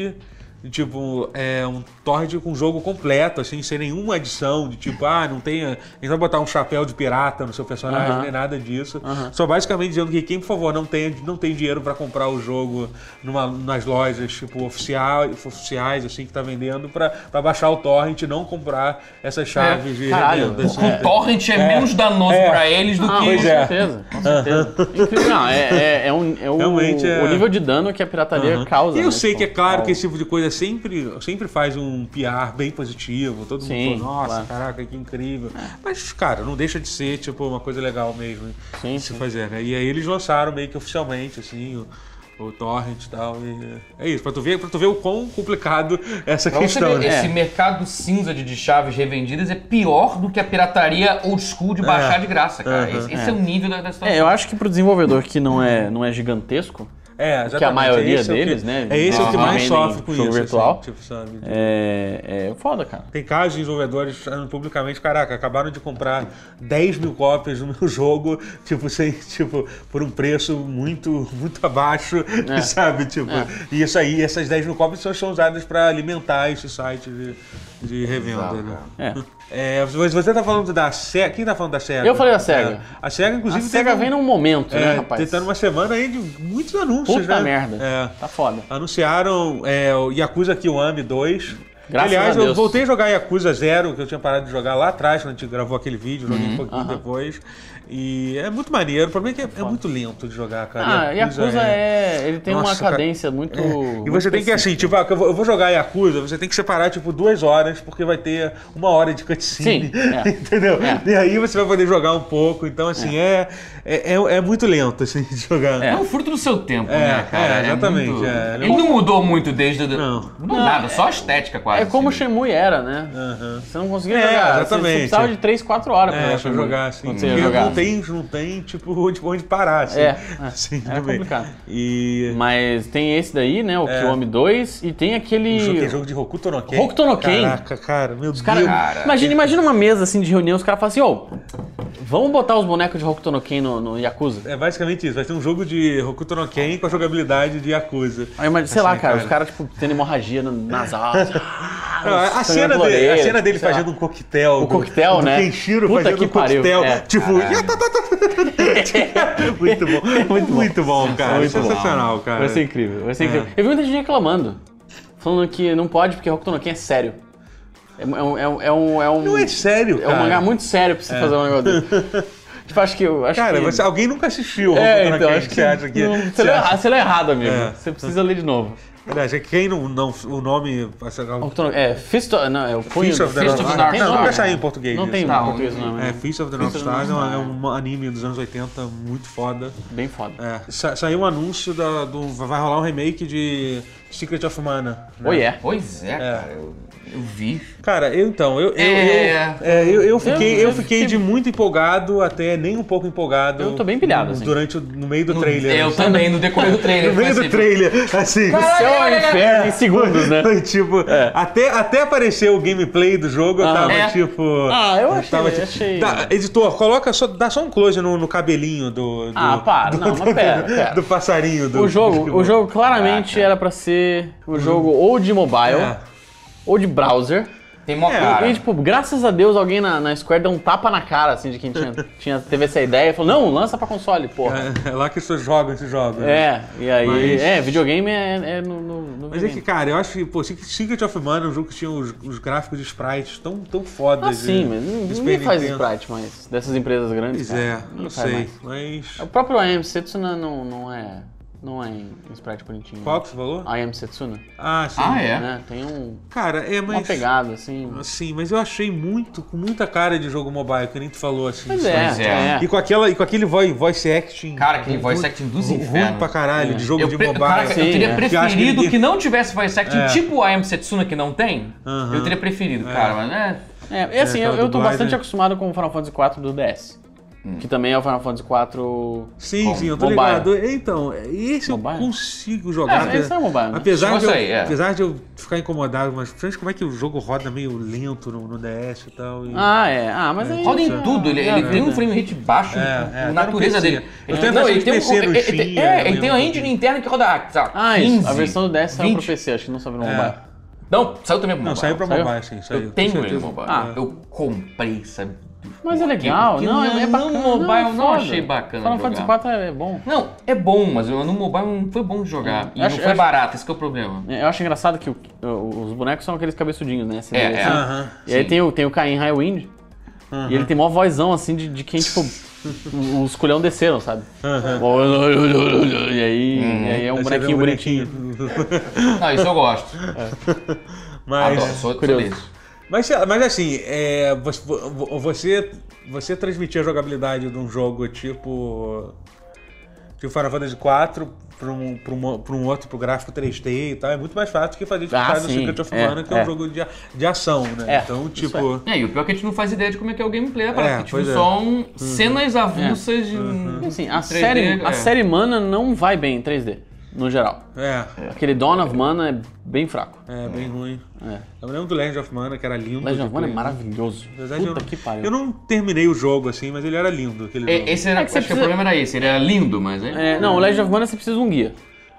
Tipo, é um torrent com jogo completo, assim, sem nenhuma adição de tipo, ah, não tem. A gente vai botar um chapéu de pirata no seu personagem, Aham. nem nada disso. Só basicamente dizendo que quem, por favor, não tem, não tem dinheiro pra comprar o jogo numa- nas lojas, tipo, oficial, oficiais, assim, que tá vendendo, pra, pra baixar o torrent e não comprar É. essas chaves de caralho. revenda, assim. O torrent é, menos danoso É. pra eles do Ah, que. pois com é. certeza, com certeza. Incrível, não, é, é, é um, é o, Realmente é- o nível de dano que a pirataria Aham. causa. E eu né? sei Tipo, que é claro ao- que esse tipo de coisa sempre, sempre faz um PR bem positivo. Todo mundo Sim, fala, nossa, claro. caraca, que incrível. Mas, cara, não deixa de ser, tipo, uma coisa legal mesmo. Sim, de se sim. fazer, né? E aí eles lançaram meio que oficialmente, assim, o, o Torrent e tal. E é isso, pra tu ver, pra tu ver o quão complicado essa Pra Então, você questão, ver, né? esse É. mercado cinza de, de chaves revendidas é pior do que a pirataria old school de baixar de graça, cara. Esse, esse é. o nível da, da situação. É, eu acho que pro desenvolvedor que não é, não é gigantesco, É, exatamente. que a maioria Esse é o que- deles, né, É esse é o que não mais vendem sofre com isso. jogo assim, virtual. tipo, sabe? é, é foda, cara. Tem casos de desenvolvedores falando publicamente, caraca, acabaram de comprar 10 mil cópias do meu jogo, tipo, sem, tipo, por um preço muito, muito abaixo, É. sabe? Tipo, E isso aí, essas 10 mil cópias só são usadas para alimentar esse site de, de revenda, Exato, né? É. É, você você tá falando da SEGA. Quem tá falando da SEGA? Eu falei da SEGA. É, a SEGA, A inclusive, SEGA teve um- vem num momento, é, né, rapaz? tentando uma semana aí de muitos anúncios, Puta né? merda. É. Tá foda. Anunciaram é, o Yakuza Kiwami 2. Graças Aliás, a eu Deus. voltei a jogar Yakuza 0, que eu tinha parado de jogar lá atrás, quando a gente gravou aquele vídeo, Uhum, joguei um pouquinho depois. E é muito maneiro. O problema é que é, é muito lento de jogar, cara. Ah, Yakuza é... Ele tem Nossa, uma cara. É. cadência muito... E você tem que, assim, tipo, ah, que eu vou- eu vou jogar Yakuza, você tem que separar, tipo, duas horas, porque vai ter uma hora de cutscene. Sim, é. Entendeu? É. E aí você vai poder jogar um pouco. Então, assim, é, é, é, é muito lento, assim, de jogar. É um fruto do seu tempo, É, né, cara? é, exatamente, muito- é. Ele não mudou muito desde. o- Não. Mudou nada, só a estética quase. É como o assim. Shenmue era, né? Aham. Você não conseguia É, jogar. Você- exatamente. Você precisava de 3, 4 horas pra, É, jogar pra Shenmue, jogar, assim. quando Porque você ia jogar. não tem, não tem tipo, onde, onde parar, assim. É, é. Assim, É também. complicado. E... Mas tem esse daí, né? O É. Kiwami 2 e tem aquele... Jogo, que é jogo de Hokuto no Ken. Hokuto no Ken. Caraca, cara, meu Deus. Cara, Cara. imagina, imagina uma mesa assim de reunião, os caras falam assim, ô, vamos botar os bonecos de Hokuto no Ken no, no Yakuza. É basicamente isso. Vai ter um jogo de Hokuto no Ken com a jogabilidade de Yakuza. Aí, mas, sei lá, Assim, cara, cara. É. os caras, tipo, tendo hemorragia no- nas asas. ah, Não, a, a sangrando cena dele, a orelha, cena dele sei lá. fazendo um coquetel. O coquetel, do, né? Do Kenshiro Puta fazendo que um coquetel. pariu, é. tipo, ia, tá, tá, tá. muito bom. Muito, bom, cara. Muito bom. Sensacional, cara. Vai ser incrível, vai ser É. incrível. Eu vi muita gente reclamando, falando que não pode porque Hokuto no Ken é sério. É, um- é um- é um- é um... é um- Não é sério, É um cara. É. mangá muito sério pra você fazer um negócio desse. tipo, acho que... eu- Acho Cara, que... você- é um alguém nunca assistiu Hokuto É, no então, Ken, acho que... você acha que... não- você Você leu acha- errado- você leu errado, amigo. É. Você precisa ler de novo. Aliás, é quem não, não. O nome. essa- Octono- É, Fist of, não, é o punho Fist of the Fist North of Star. Dark Não, Star. Nunca saiu em português. Não tem isso. em Não, português o nome, É, né? Feast of the North Fist of the Star é um- North é um anime dos anos 80 muito foda. Bem foda. É, sa- saiu um anúncio da, do. Vai rolar um remake de Secret of Mana. né? Oh yeah. Pois é, cara. Eu, eu vi. Cara, eu então, eu, eu, É. eu, é, eu, eu fiquei, Eu- eu fiquei de muito empolgado até nem um pouco empolgado. Eu tô bem pilhado, assim. Durante o, no meio do trailer. eu assim. também, no decorrer do trailer. No meio foi do assim, trailer, assim. Céu é um inferno É. em segundos, né? Foi tipo, até, até aparecer o gameplay do jogo, eu Ah. tava É. tipo. Ah, eu achei- tipo, achei- Dá- editor, coloca só, dá só um close no, no cabelinho do. do- Ah, para, do- não, do- mas pera, pera. Do passarinho do. Ah, tá. O jogo, o jogo claramente era pra ser um jogo ou de mobile, É. ou de browser. Tem mó É, cara. E, tipo, graças a Deus alguém na, na Square deu um tapa na cara, assim, de quem tinha, tinha- teve essa ideia e falou, não, lança pra console, porra. É, é lá que vocês jogam esse jogo. né? É, e aí... Mas- É, videogame é, é no, no, no Mas é que, videogame. cara, eu acho que, pô, Secret- Secret of Mana é um jogo que tinha os, os gráficos de sprites tão, tão fodas. Ah, sim, mas ninguém faz Nintendo. Sprite mais dessas empresas grandes, Pois cara. é, Ninguém não faz sei. mais. É Mas. O próprio IM Setsuna não, não é. Não é em sprite bonitinho. Qual que você falou? IM Setsuna. Ah, sim. Ah, é? Né? Tem um, Cara, é, mas. uma pegada, assim. Sim, mas eu achei muito, com muita cara de jogo mobile, que nem tu falou assim. Mas sabe? é, Pois é. é. E com, aquela, e com aquele voi- voice acting. Cara, aquele Ru- voice acting dos ru- infernos. Ruim pra caralho, de jogo Eu, de pre- mobile. cara, eu Sim, teria é. Que acho que preferido que, ninguém- não tivesse voice acting É. tipo a M. Setsuna que não tem. Aham. Eu teria preferido, cara, mas né? É, e assim, É, aquela eu, eu tô dublagem. bastante acostumado com o Final Fantasy IV do DS. Que também é o Final Fantasy IV. Sim, Bom, sim, eu tô mobile. ligado. Então, esse Mobile? eu consigo É, jogar. esse é o mobile, né? apesar, Eu de eu, sei, é. apesar de eu ficar incomodado, mas principalmente como é que o jogo roda meio lento no, no DS e tal. e- Ah, é. Ah, mas aí. Roda Ah, em tudo, ele, ele é, tem um né? frame rate baixo, É, na é, até natureza no PC. dele. Eu tenho a não, versão ele de tem um- PC no ele- ele- Steam, eu é, ele tem uma lembro. engine interna que roda, sabe, Ah, 15, isso. A versão do DS saiu pro 20. PC, acho que não saiu no É. mobile. Não, saiu também pro Não, é mobile. saiu pra Saiu? mobile, sim, saiu. Eu com tenho ele certeza. no mobile. Ah. Eu comprei, sabe? Mas é legal, Porque não, é, é no bacana. mobile é eu não foda. achei bacana Final jogar. Fantasy IV é bom. Não, é bom, mas eu- no mobile não foi bom de jogar. E Hum. Acho- não foi acho- barato, esse que é o problema. É, Eu acho engraçado que o- o- os bonecos são aqueles cabeçudinhos, né? Esse É, daí, é. assim. Aham. E aí Sim. tem o, tem o Caim Highwind, e ele tem mó vozão assim de, de quem, tipo, os culhão desceram, sabe? E, aí, Uhum. e aí é um Aí você vê bonequinho um bonitinho. Não, isso eu gosto. Mas, Adoro, sou, sou Curioso. desse. mas, mas assim, é, você, vo- você, você transmitir a jogabilidade de um jogo tipo. Tipo Final Fantasy IV para um, pra um, pra um outro, pro gráfico 3D e tal, é muito mais fácil do que fazer tipo Ah, faz o sim, Secret of é, Mana, que é, é. um jogo de, a- de ação, né? É, então, isso tipo. É, e o pior é que a gente não faz ideia de como é que é o gameplay, É, é, tipo, pois é. Uhum. são cenas avulsas de... um- E, Assim, a, 3D, série, a é. série Mana não vai bem em 3D, no geral. É, Aquele Dawn of Mana é bem fraco. é, bem ruim. É. Eu me lembro do Legend of Mana, que era lindo. Legend of tipo, Mana é maravilhoso. na verdade, eu Puta não- que pariu. Eu não terminei o jogo assim, mas ele era lindo, aquele jogo. E- Esse era, É que acho você que o precisa- problema era esse, ele era lindo, mas... É, É, não, o Legend of Mana você precisa de um guia.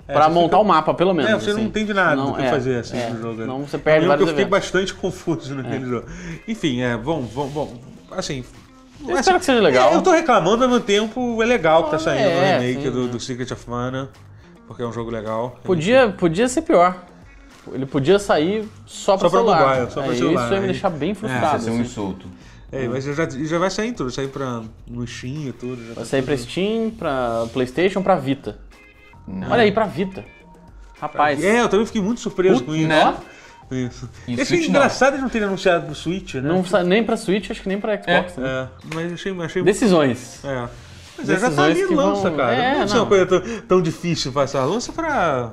pra É, você montar o mapa, pelo menos. É, você não assim. entende nada Não, do que é, fazer assim é. no jogo. Não, você Eu lembro perde que vários eu fiquei eventos. bastante confuso naquele jogo. Enfim, é, bom, bom, bom. Assim. Eu espero que seja legal. é, eu tô reclamando, mas ao mesmo tempo é legal que tá Ah, saindo o é, remake sim, do, do Secret of Mana, porque é um jogo legal. Podia, podia ser pior. Ele podia sair só Só pra pra celular. mobile, só pra Aí celular, né? É, Isso ia me aí- deixar bem Isso frustrado. ia ser um assim. insulto. É, mas já, já vai sair tudo, sair pra, no Steam e tudo. Já Vai tá sair pra tudo- Steam, pra Playstation, pra Vita. Olha aí, pra Vita. Rapaz. É, eu também fiquei muito surpreso Putz, com isso. né? Com isso. E Esse Switch é não. engraçado eles não terem anunciado no Switch, né? Não sa- nem pra Switch, acho que nem pra Xbox. né? É, mas achei, achei Decisões. É. Mas é, já tá Decisões ali, que lança, vão- cara. É, não, é não. uma coisa tão, tão difícil passar. Lança pra.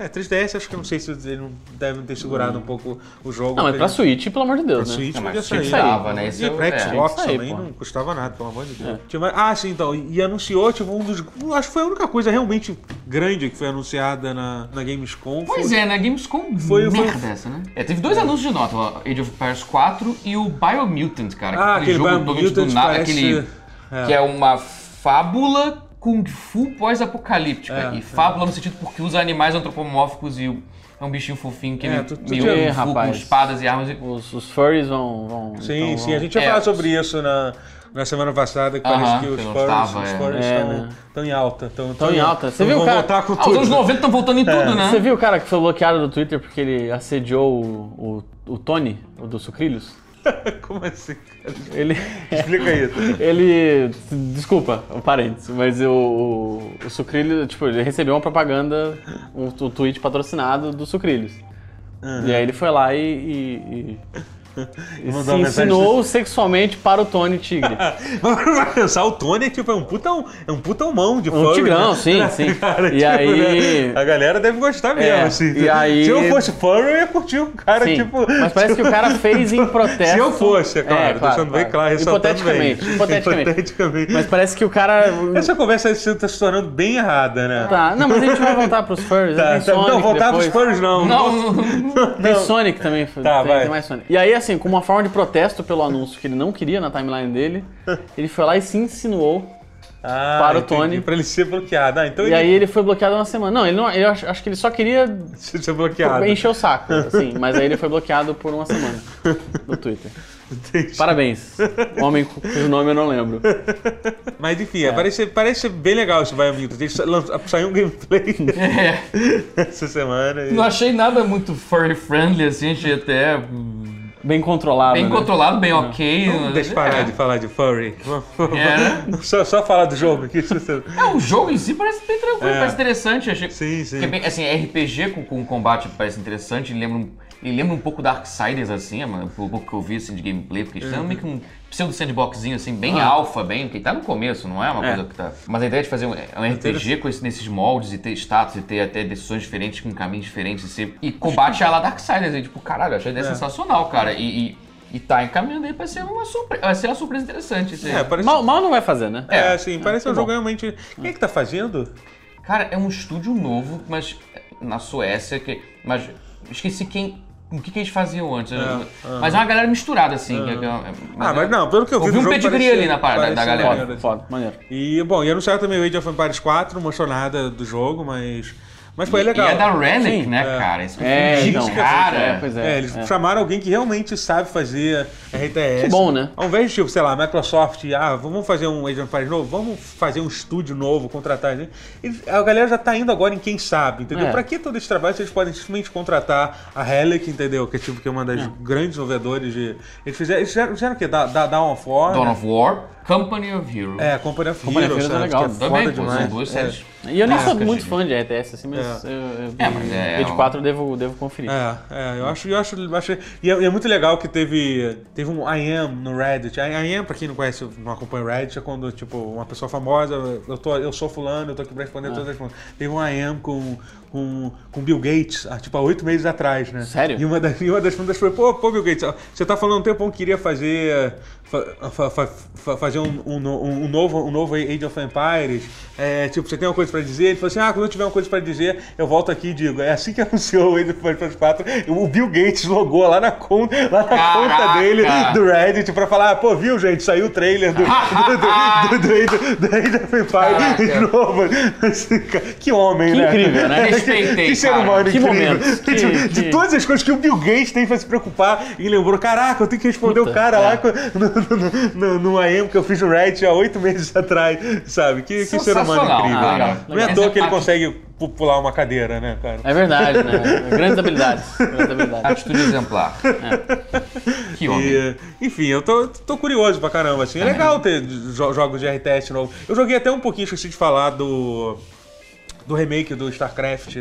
É, 3DS, acho que eu não sei se eles não devem ter segurado um pouco o jogo. Não, mas pra Pra Switch, pelo amor de Deus, né? Switch Não, mas podia tinha que sair. sair, né? Esse E é o- pra é, Xbox tinha que sair, também pô. É. não custava nada, pelo amor de Deus. Tinha mais- Ah, sim, então. E e anunciou, tipo, um dos. Acho que foi a única coisa realmente grande que foi anunciada na, na Gamescom. Pois é, né? Gamescom Foi- foi- merda essa, né? É, teve dois anúncios de nota, ó, Age of Empires 4 e o Biomutant, cara. que Ah, aquele jogo Biomutant totalmente do nada, parece- aquele é. que é uma fábula kung fu É, pós-apocalíptica. e fábula no sentido porque usa animais antropomórficos e o- é um bichinho fofinho que É, ele tu- tu meio tinha- kung É, fu rapaz. um com espadas e armas. e- Os, os furries vão. vão Sim, então sim, vão- a gente ia É. falar sobre isso na, na semana passada, que Aham, parece que que os não furries tava, os é. furries É, estão né? tão em alta. Tão, Tão em alta. Você viu, vão cara? voltar com Ah, os anos tudo. 90 estão voltando em É. tudo, né? Você viu o cara que foi bloqueado do Twitter porque ele assediou o, o, o Tony, o do Sucrilhos? Como assim, cara? Ele. Explica isso. Ele. Desculpa, o parênteses, mas o, o, o Sucrilhos, tipo, ele recebeu uma propaganda, um, um tweet patrocinado do Sucrilhos. E aí ele foi lá e. e- e- e mandou se uma mensagem insinuou sexualmente para o Tony Tigre. Mas pra pensar, o Tony é tipo, é um puta, é um puta mão de furry. Um tigrão, né? sim, sim. Cara, E tipo, aí. né? A galera deve gostar mesmo, É, assim. e aí- Se eu fosse furry, eu ia curtir um cara, Sim, tipo... mas parece que o cara fez em protesto. Se eu fosse, é claro, deixando bem claro, ressaltando bem. hipoteticamente, hipoteticamente. Hipoteticamente. Mas parece que o cara. Essa conversa está se tornando bem errada, né? Tá, não, mas a gente vai voltar pros Furs. Tá, tem tá, Sonic não, voltar depois. pros furries não. Não, não. Tem Sonic também, Tá, tem, vai. tem mais Sonic. E aí, assim, como uma forma de protesto pelo anúncio que ele não queria na timeline dele, ele foi lá e se insinuou. Ah, Para o entendi, Tony. Pra ele ser bloqueado. Ah, então E ele aí ele foi bloqueado uma semana. Não, ele não. Eu acho, acho que ele só queria ser bloqueado. encher o saco, assim. Mas aí ele foi bloqueado por uma semana no Twitter. Entendi. Parabéns. Homem cu- cujo nome eu não lembro. Mas enfim, é, parece, parece bem legal esse Vai Amigos. Eles sa- lança- Saiu um gameplay É, essa semana. e- não achei nada muito furry friendly, assim, achei até hum, Bem controlado. bem né? controlado, bem ok. né? Deixa eu parar É. de falar de furry. É. Só, só falar do jogo aqui. Sim, É, o jogo em si parece bem tranquilo, É. parece interessante. Achei... sim. Porque, bem, assim, RPG com, com combate parece interessante, ele lembra, um- ele lembra um pouco Darksiders, assim, é, mano, pelo pouco que eu vi assim, de gameplay, porque isso é meio que um pseudo sandboxzinho, assim, bem alfa, bem, porque tá no começo, não é uma coisa que tá. Mas a ideia de fazer um, é um RPG com esse- nesses moldes e ter status e ter até decisões diferentes, com caminhos diferentes, e, ser, e combate a la Darksiders, e tipo, caralho, achei a ideia sensacional, cara. E, e, e tá encaminhando aí pra ser uma surpresa. Vai ser uma surpresa interessante. Assim. É, parece, Mal, mal não vai fazer, né? é, assim, parece Ah, tá um bom. jogo realmente. Quem é que tá fazendo? Cara, é um estúdio novo, mas é, na Suécia, que, mas esqueci quem. O que, que eles faziam antes? Mas é uma galera misturada, assim. que- que- Ah, mas não, pelo que eu vi. Eu do vi um jogo, pedigree parecia- ali na parada parecia da É, galera. maneiro. Foda, foda, maneiro. E, bom, e anunciaram também o Age of Empires 4, não mostrou nada do jogo, mas Mas foi legal. E é da Relic, Sim, né, é. cara? Isso que É, eu então, digo, cara. é, pois É, é. eles é. chamaram alguém que realmente sabe fazer RTS. Que bom, né? Ao invés de, tipo, sei lá, Microsoft, ah, vamos fazer um Age of Empires novo, vamos fazer um estúdio novo, contratar gente. E a galera já tá indo agora em quem sabe, entendeu? É. Pra que todo esse trabalho se eles podem simplesmente contratar a Relic, entendeu? Que é tipo que é uma das grandes desenvolvedores de. Eles fizeram, eles fizeram, fizeram o quê? Da, da Dawn of é. War? Dawn of War, Company of Heroes. É, Company of Company of Heroes, Heroes é sabe? Que legal. é Também, foda pô, são demais. duas É. séries. E eu nem sou Caraca, muito gente. fã de RTS, assim, mas eu, eu, É, mas é, Rede é um- 4 eu devo, devo conferir. É, é, eu acho, eu acho, eu achei- e é, e é muito legal que teve, teve um I am no Reddit. I, I am, pra quem não conhece, não acompanha o Reddit, é quando, tipo, uma pessoa famosa, eu, tô, eu sou fulano, eu tô aqui pra responder todas as perguntas. Teve um I am com, com, com Bill Gates, ah, tipo, há oito meses atrás, né? Sério? E uma das, e uma das perguntas foi, pô, pô, Bill Gates, ó, você tá falando um tempão que queria fazer, fa- fa- fa- fa- fazer um, um no- um novo, um novo Age of Empires, é, tipo, você tem uma coisa pra dizer? Ele falou assim, ah, quando eu tiver uma coisa pra dizer, eu volto aqui e digo. É assim que anunciou o Age of Empires 4, o Bill Gates logou lá na conta, lá na Caraca! conta dele do Reddit pra falar, pô, viu, gente, saiu o trailer do, do, do- do- do Age, do Age of Empires Caraca. novo. Assim, cara, que homem, Que né? incrível, né? Respeitei, que ser cara. humano Que incrível. momento, que- de, de que- todas as coisas que o Bill Gates tem pra se preocupar e lembrou, caraca, eu tenho que responder o Puta, cara é. lá co- no, no, no, no AM que eu fiz no Reddit há oito meses atrás, sabe? Que, que ser humano Sensacional, incrível. Ah, cara. né? Não é à Legal. toa que ele Essa consegue pu- pular uma cadeira, né, cara? É verdade, né? Grandes habilidades. Grandes habilidades. Atitude exemplar. Que homem. E, é. enfim, eu tô, tô curioso pra caramba, assim. É legal ter jo- jogos de RTS novo. Eu joguei até um pouquinho, esqueci de falar do. do remake do StarCraft.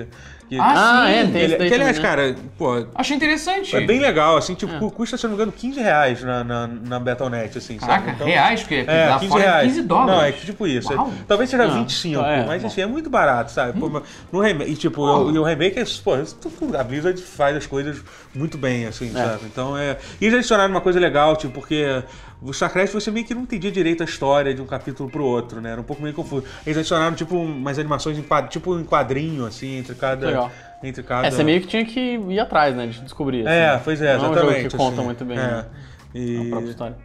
que- Ah, Ah, sim. é, tem ele, esse daí que, aliás, também, né? cara, pô, Achei interessante. é bem legal, assim, tipo, cu- custa, se eu não me engano, 15 reais na, na, na Battle.net, assim, sabe? Caraca, reais, porque É, lá 15 fora é reais. 15 dólares. Não, é que tipo isso. Uau. É, talvez seja Ah, 25, é, mas bom. assim, é muito barato, sabe? Pô, mas no remake, e tipo, o, e o remake é, pô, a Blizzard faz as coisas muito bem, assim, sabe? Então é. E eles adicionaram uma coisa legal, tipo, porque o StarCraft você meio que não entendia direito a história de um capítulo pro outro, né? Era um pouco meio confuso. Eles adicionaram, tipo, umas animações em quad- tipo em quadrinho, assim, entre cada. Legal. Entre cada. É, você meio que tinha que ir atrás, né? De descobrir. É, assim. pois é, Não é um exatamente. jogo que conta assim. muito bem, É. né? E- A própria história.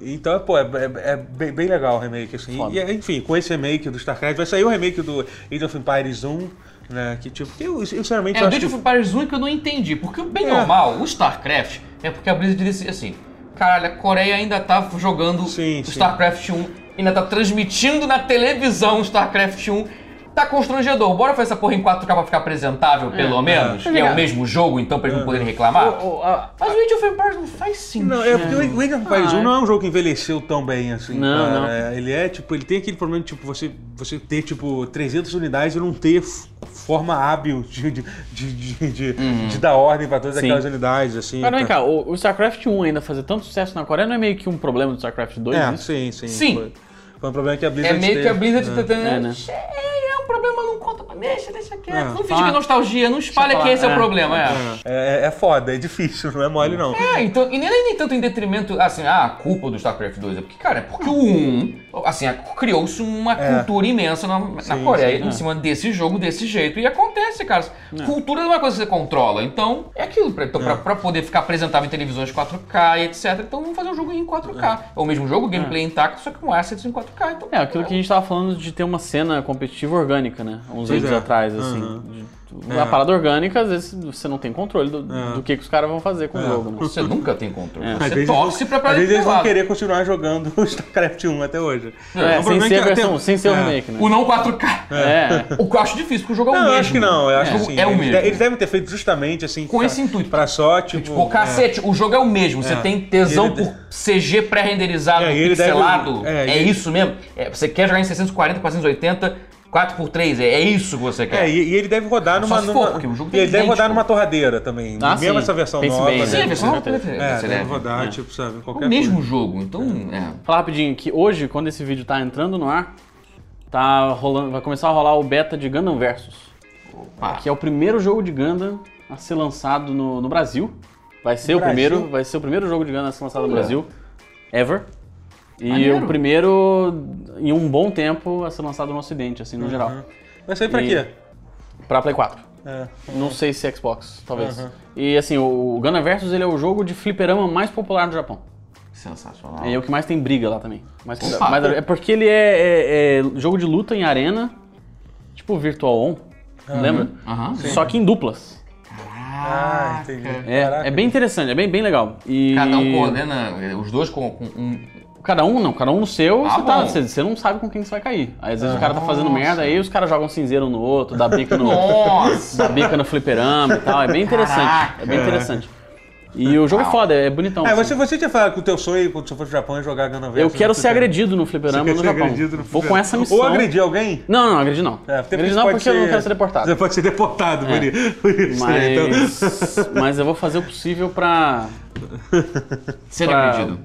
então, pô, é, é- é bem, bem legal o remake, assim. Foda. E, é, enfim, com esse remake do StarCraft, vai sair o remake do Age of Empires 1, né? Que tipo, eu, eu sinceramente É o acho Age que- of Empires 1 que eu não entendi, porque bem É. ou mal, o StarCraft é porque a Blizzard disse assim, caralho, a Coreia ainda tá jogando Sim, o sim. StarCraft 1, ainda tá transmitindo na televisão o StarCraft 1, tá constrangedor, bora fazer essa porra em 4K pra ficar apresentável, pelo menos, e é o ligado. mesmo jogo, então pra eles É. não poderem Ah. reclamar. Ou- ou a- Mas o Age of Empires não faz sentido. Não, é porque o Age of Empires Ah, 1 é. não é um jogo que envelheceu tão bem assim. Não, cara. não. É, Ele é, tipo, ele tem aquele problema de tipo, você, você ter, tipo, 300 unidades e não ter f- forma hábil de, de, de, de- de- Uhum. de dar ordem pra todas Sim. aquelas unidades, assim. Mas é vem tá. cá, o, o StarCraft 1 ainda fazer tanto sucesso na Coreia não é meio que um problema do StarCraft 2, É, isso? sim, sim. né? Sim. Foi, foi um problema que a É Blizzard meio que a teve. Blizzard tá tentando. É, né? É, é um problema, não conta pra. Deixa, deixa quieto. É. não finge Fala. que é nostalgia, não espalha Ah. Deixa que esse é, o falar. problema, é. É, é, é foda, é difícil, não é mole não. É, então, e nem, nem tanto em detrimento, assim, ah, a culpa do StarCraft 2 é porque, cara, é porque o 1, assim, a- criou-se uma Ah. É. cultura imensa na, na Sim, Coreia sim, em é. cima desse jogo, desse jeito, e acontece, cara. Cultura não é uma coisa que você controla, então é aquilo, pra, então, pra, pra poder ficar apresentável em televisões 4K e etc, então vamos fazer um jogo em 4K. É o mesmo jogo, gameplay intacto, só que com assets em 4K, então... É, aquilo que a gente tava falando de ter uma cena competitiva orgânica, né? Uns Pois anos é. atrás, assim. Uhum. De- A parada orgânica, às vezes você não tem controle do, É. do que, que os caras vão fazer com É. o jogo, né? Você nunca tem controle, É. Às você vezes- torce pra pra Às vezes eles vão lado. querer continuar jogando o StarCraft 1 até hoje. É, O sem problema ser, a que versão, até- sem ser o É. remake, né? O não 4K. É. O que eu acho difícil, porque o jogo é o Não, mesmo. eu acho que não. Eu acho É. que sim. É o eles, mesmo. de- eles devem ter feito justamente assim. Com pra- esse intuito. Pra só, tipo. Tipo, cacete, o jogo é o mesmo. Você tem tesão Ele- por CG pré-renderizado, É, e ele pixelado. deve- é, É, e ele- isso mesmo. É, você quer jogar em 640, 480, 4x3. É, é isso que você quer. É, e, e ele deve rodar numa. se for, numa- porque o jogo e ele tem deve idêntico. rodar numa torradeira também. Ah, mesmo sim. essa versão Pense nova. bem, né? Sim, a deve- versão com não certeza. É, você deve leva. rodar, É. tipo, sabe, É o qualquer mesmo coisa. jogo. Então, é. Falar rapidinho que hoje, quando esse vídeo tá entrando no ar, tá rolando, vai começar a rolar o beta de Gundam Versus, Pá. que é o primeiro jogo de Gundam a ser lançado no, no Brasil. Vai ser No o primeiro, Brasil? vai ser o primeiro jogo de Gundam a ser lançado no Olha. Brasil ever. E Maneiro. o primeiro em um bom tempo a ser lançado no ocidente, Uhum. assim, no geral, Vai sair pra E- quê? Pra Play 4. É. Não sei se Xbox, talvez. Uhum. Aham. E assim, o Gundam Versus ele é o jogo de fliperama mais popular do Japão. Sensacional. É o que mais tem briga lá também. Mas, Ah. Opa. mas é porque ele é, é- é jogo de luta em arena, tipo Virtual On. Uhum. Lembra? Aham. Só que em duplas. Ah, entendi. É, Caraca. é bem interessante, é bem, bem legal. E Cada um coordena, os dois com, com um. Cada um não, cada um no seu, Ah, você, tá- bom. você- você não sabe com quem você vai cair. Aí, às vezes o cara tá fazendo Nossa. merda, aí os caras jogam cinzeiro um no outro, dá bica no Nossa! dá bica no fliperama e tal. É bem interessante. É bem Caraca. interessante. E o jogo é Uau. foda, é bonitão. Ah, assim. você, você tinha falado que o teu sonho quando você for pro Japão é jogar Gana Eu quero ser agredido no fliperama no Japão. Vou com essa missão. Ou agredir alguém? Não, não, agredir não. É, porque agredir não pode porque eu não quero ser deportado. Você pode ser deportado, por isso. Por isso, né? Então- É. Mas, mas eu vou fazer o possível pra. Ser pra- agredido.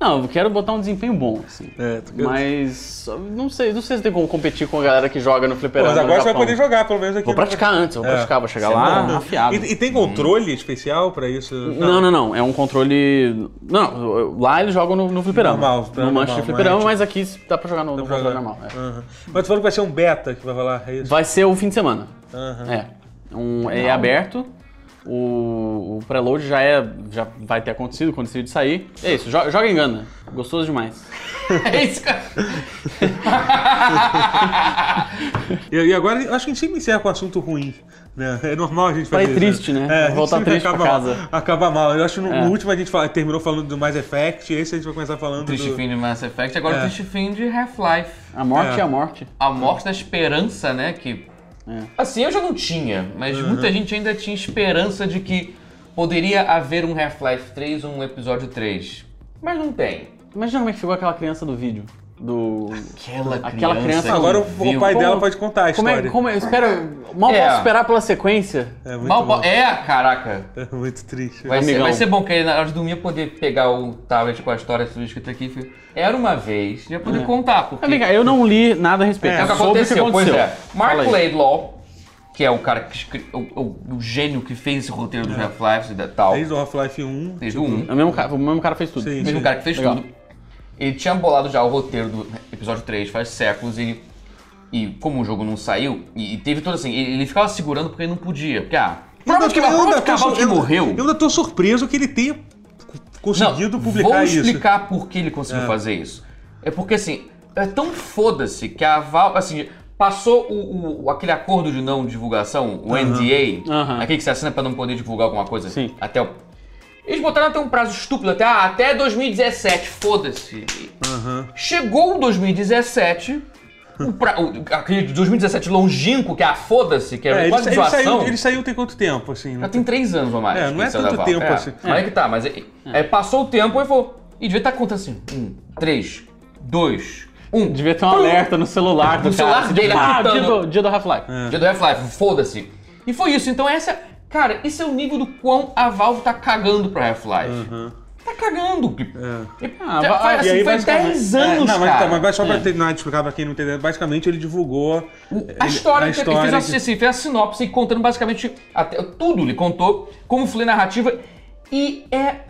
Não, eu quero botar um desempenho bom, assim. É, tu quer- Mas não sei, não sei se tem como competir com a galera que joga no Pô, fliperama. Mas no agora você vai Japão. poder jogar, pelo menos aqui. Vou no- praticar antes, vou É. praticar, vou chegar Isso é lá bom. um afiado. Uhum. E, e tem controle especial pra isso? Não, não, não. É um controle. Não, eu- lá eles jogam no, no fliperama. Normal, no manche normal, de fliperama, mas- mas aqui dá pra jogar no, no é. Pra controle jogar. normal. é. Aham. Mas tu falou que vai ser um beta que vai rolar, é isso? Vai ser o fim de semana. Aham. É. Um, é aberto. O, o preload já é. Já vai ter acontecido quando esse vídeo sair. É isso, jo- joga em Gana. Gostoso demais. É isso, cara. E, e agora, eu acho que a gente sempre encerra com um assunto ruim. Né? É normal a gente fazer isso. triste, né? É, a gente Voltar sempre triste pra acaba, casa. Acaba mal. Eu acho que no, É. no último a gente fala- terminou falando do Mass Effect, esse a gente vai começar falando Triste do... fim de Mass Effect, agora É. o triste fim de Half-Life. A morte É. é, a morte. A morte da esperança, né? Que. É. Assim, eu já não tinha, mas Uhum. muita gente ainda tinha esperança de que poderia haver um Half-Life 3 ou um episódio 3. Mas não tem. Imagina como é que ficou aquela criança do vídeo. Do. Aquela criança. Aquela criança- que Agora o, o viu. pai dela Como- pode contar a Como história. é. Como é espera, mal É. posso esperar pela sequência. É muito, Mal, bom. é, caraca. É muito triste. Vai ser, Amigão. vai ser bom que aí na hora de dormir eu poder pegar o tablet com a história tudo escrito aqui. e fica, Era uma vez, ia poder contar, porque Ah, vem cá, eu não li nada a respeito. É, é o eu que soube o que aconteceu. Pois aconteceu. é. Mark Fala aí. Laidlaw, que é o cara que escre- o, o- o gênio que fez esse roteiro do Half-Life e da- tal, É. Desde o Half-Life 1. desde o 1, É O mesmo cara, o mesmo cara fez tudo. Sim. o mesmo um cara que fez Legal. tudo. Ele tinha bolado já o roteiro do episódio 3 faz séculos e, e como o jogo não saiu, e, e teve todo assim, ele, ele ficava segurando porque ele não podia. Porque, ah, Robert Eu ainda- eu ainda tô Cavalo sur- que eu- morreu. Eu ainda tô surpreso que ele tenha conseguido vou publicar isso. explicar por que ele conseguiu fazer isso. É porque, assim, é tão foda-se que a Valve, assim, passou o, o- aquele acordo de não divulgação, o NDA, Aham. aquele que você assina pra não poder divulgar alguma coisa, Sim. até o... Eles botaram até um prazo estúpido, até, ah, até 2017, foda-se. Chegou o 2017... O pra, o, aquele de 2017 longínquo, que é a foda-se, que É, é, ele, quase sa- ele zoação. saiu, ele saiu tem quanto tempo, assim? Já tem três anos ou mais. É, não é que saiu da tanto Valve. tempo é. assim. Mas é que tá, mas é, é, passou o tempo e falou. E devia estar contando assim: um, três, dois, um. Devia ter um alerta no celular do cara. No celular assim, dele tipo, ah, dia apitando. do, dia do Half-Life. É. Dia do Half-Life, foda-se. E foi isso. Então, essa. Cara, esse é o nível do quão a Valve tá cagando pra Half-Life. Tá cagando. É. E, Ah, já va- faz, e assim, aí, faz basicamente- 10 anos, não, mas, cara. tá, mas vai só pra É. terminar de explicar pra quem não entendeu. Basicamente, ele divulgou a A história, que história ele fez, a- que- assim, fez a sinopse e contando basicamente até, tudo, ele contou como foi a narrativa e é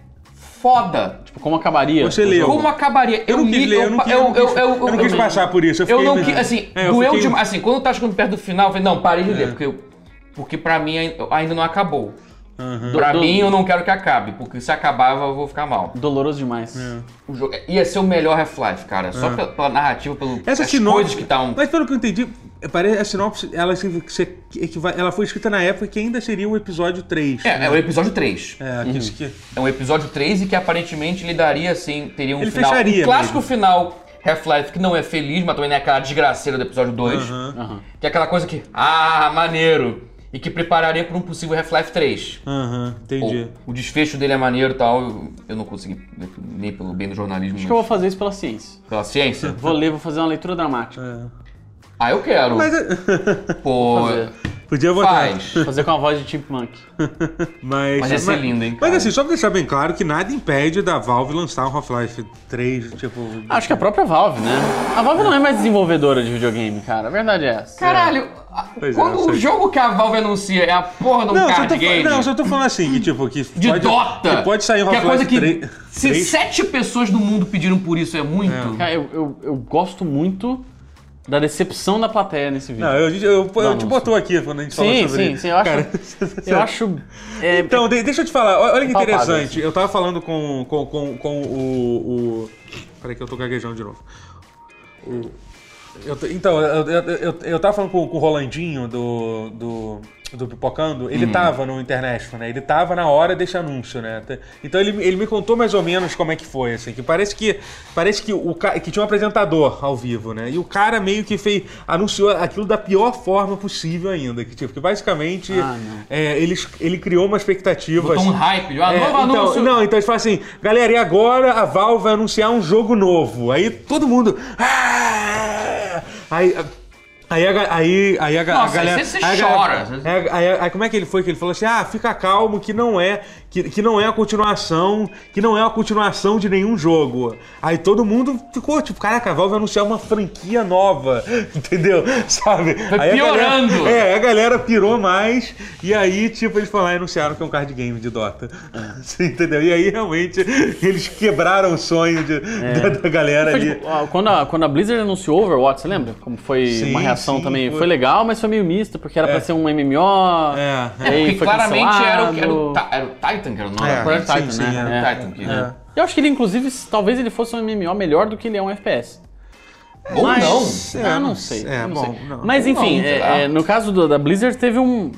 foda. Tipo, como acabaria? Você o leu. jogo? Como acabaria? Eu não quis ler, eu não quis- eu não quis- eu não quis passar por isso, eu Eu, fiquei não meio- quis, assim, É, eu doeu fiquei- É. demais. Assim, quando eu tava chegando perto do final, eu falei, não, parei de ler, porque, eu, porque pra mim ai- ainda não acabou. Pra Do- do- mim, eu não quero que acabe, porque se acabava, eu vou ficar mal. Doloroso demais. É. O jogo ia ser o melhor Half-Life, cara. Só pela, pela narrativa, pelo Ah. Essa as sinopse. coisas que tá um estavam... Mas pelo que eu entendi, é, parece, a sinopse ela, se- se- que- que vai- ela foi escrita na época que ainda seria o episódio 3. É, é o episódio 3. É, que isso que- É um episódio 3 e que aparentemente ele daria, assim, teria um Ele final. fecharia um clássico mesmo. final Half-Life que não é feliz, mas também não é aquela desgraceira do episódio 2. Aham. Que é aquela coisa que, ah, maneiro! E que prepararia para um possível Half-Life 3. Aham, Ou, entendi. o desfecho dele é maneiro e tal, eu, eu não consegui, ver tudo, nem pelo bem do jornalismo, Acho mas que eu vou fazer isso pela ciência. pela ciência. Vou ler, vou fazer uma leitura dramática. Ah, eu quero. É. Mas é- Pô, Fazer. podia votar. faz. Fazer com a voz de Chipmunk. Mas, Mas ia ser lindo, hein, Mas cara? assim, só pra deixar bem claro que nada impede da Valve lançar um Half-Life 3, tipo. Ah, Acho que a própria Valve, né? A Valve não é mais desenvolvedora de videogame, cara. A verdade é essa. Caralho, a- Pois é, quando eu sei. o jogo que a Valve anuncia é a porra de um Não, eu só card tô, game. fal- não, eu só tô falando assim, que tipo, que. de pode, Dota. Que pode sair um que é coisa Half-Life que 3. se sete pessoas do mundo pediram por isso é muito. Cara, eu, eu, eu gosto muito da decepção da plateia nesse vídeo. Não, eu, eu, eu- eu te não. botou aqui quando a gente falou sim, sobre sim, isso. sim. Eu acho. Cara, eu acho. é, Então, de- deixa eu te falar, olha olha que Palpável, assim. interessante. Eu tava falando com, com, com, com o, o. Peraí que eu tô gaguejando de novo. O, Eu tô- então, eu, eu, eu, eu tava falando com, com o Rolandinho do, do, do Pipocando, Hum. ele tava no International, né? Ele tava na hora desse anúncio, né? Te- Então ele, ele me contou mais ou menos como é que foi, assim, que parece que parece que, o, ca- que tinha um apresentador ao vivo, né? E o cara meio que fez, anunciou aquilo da pior forma possível ainda, que, tipo, que basicamente Ah, não. é, ele, ele criou uma expectativa... Botou um assim- hype, ah, é, novo então, anúncio. Não, então eles falam assim, galera, e agora a Valve vai anunciar um jogo novo. Aí todo mundo. "Ah!" Aí. Aí a, ga- aí, aí a, ga- a Nossa, aí galera. você- você aí a galera- chora. aí, aí- aí como é que ele foi? Que ele falou assim: ah, fica calmo que não é. Que, que não é a continuação. Que não é a continuação de nenhum jogo. Aí todo mundo ficou tipo: caraca, a Valve vai anunciar uma franquia nova. Entendeu? Sabe? Vai a galera- piorando. é, é, a galera pirou mais, e aí, tipo, eles falaram e anunciaram que é um card game de Dota. Você entendeu? E aí, realmente, eles quebraram o sonho de- da, da galera Foi, ali. tipo, ah, quando, a, quando a Blizzard anunciou Overwatch, você lembra? Como foi Sim, uma reação sim, também. foi. Foi. legal, mas foi meio mista, porque era É. pra ser um MMO. É, é. aí Porque foi claramente era o, era, o, cancelado. Ti- era o Titan, que era o nome. É, Era o sim, Titan, sim, né? era o Era o Titan. que- É. Eu acho que ele, inclusive, se- talvez ele fosse um MMO melhor do que ele é um FPS. Ou Mas- não. Ah, não É, sei. é, eu não bom, sei. não. Mas Ou enfim, não, é- será? é, no caso do- da Blizzard teve um.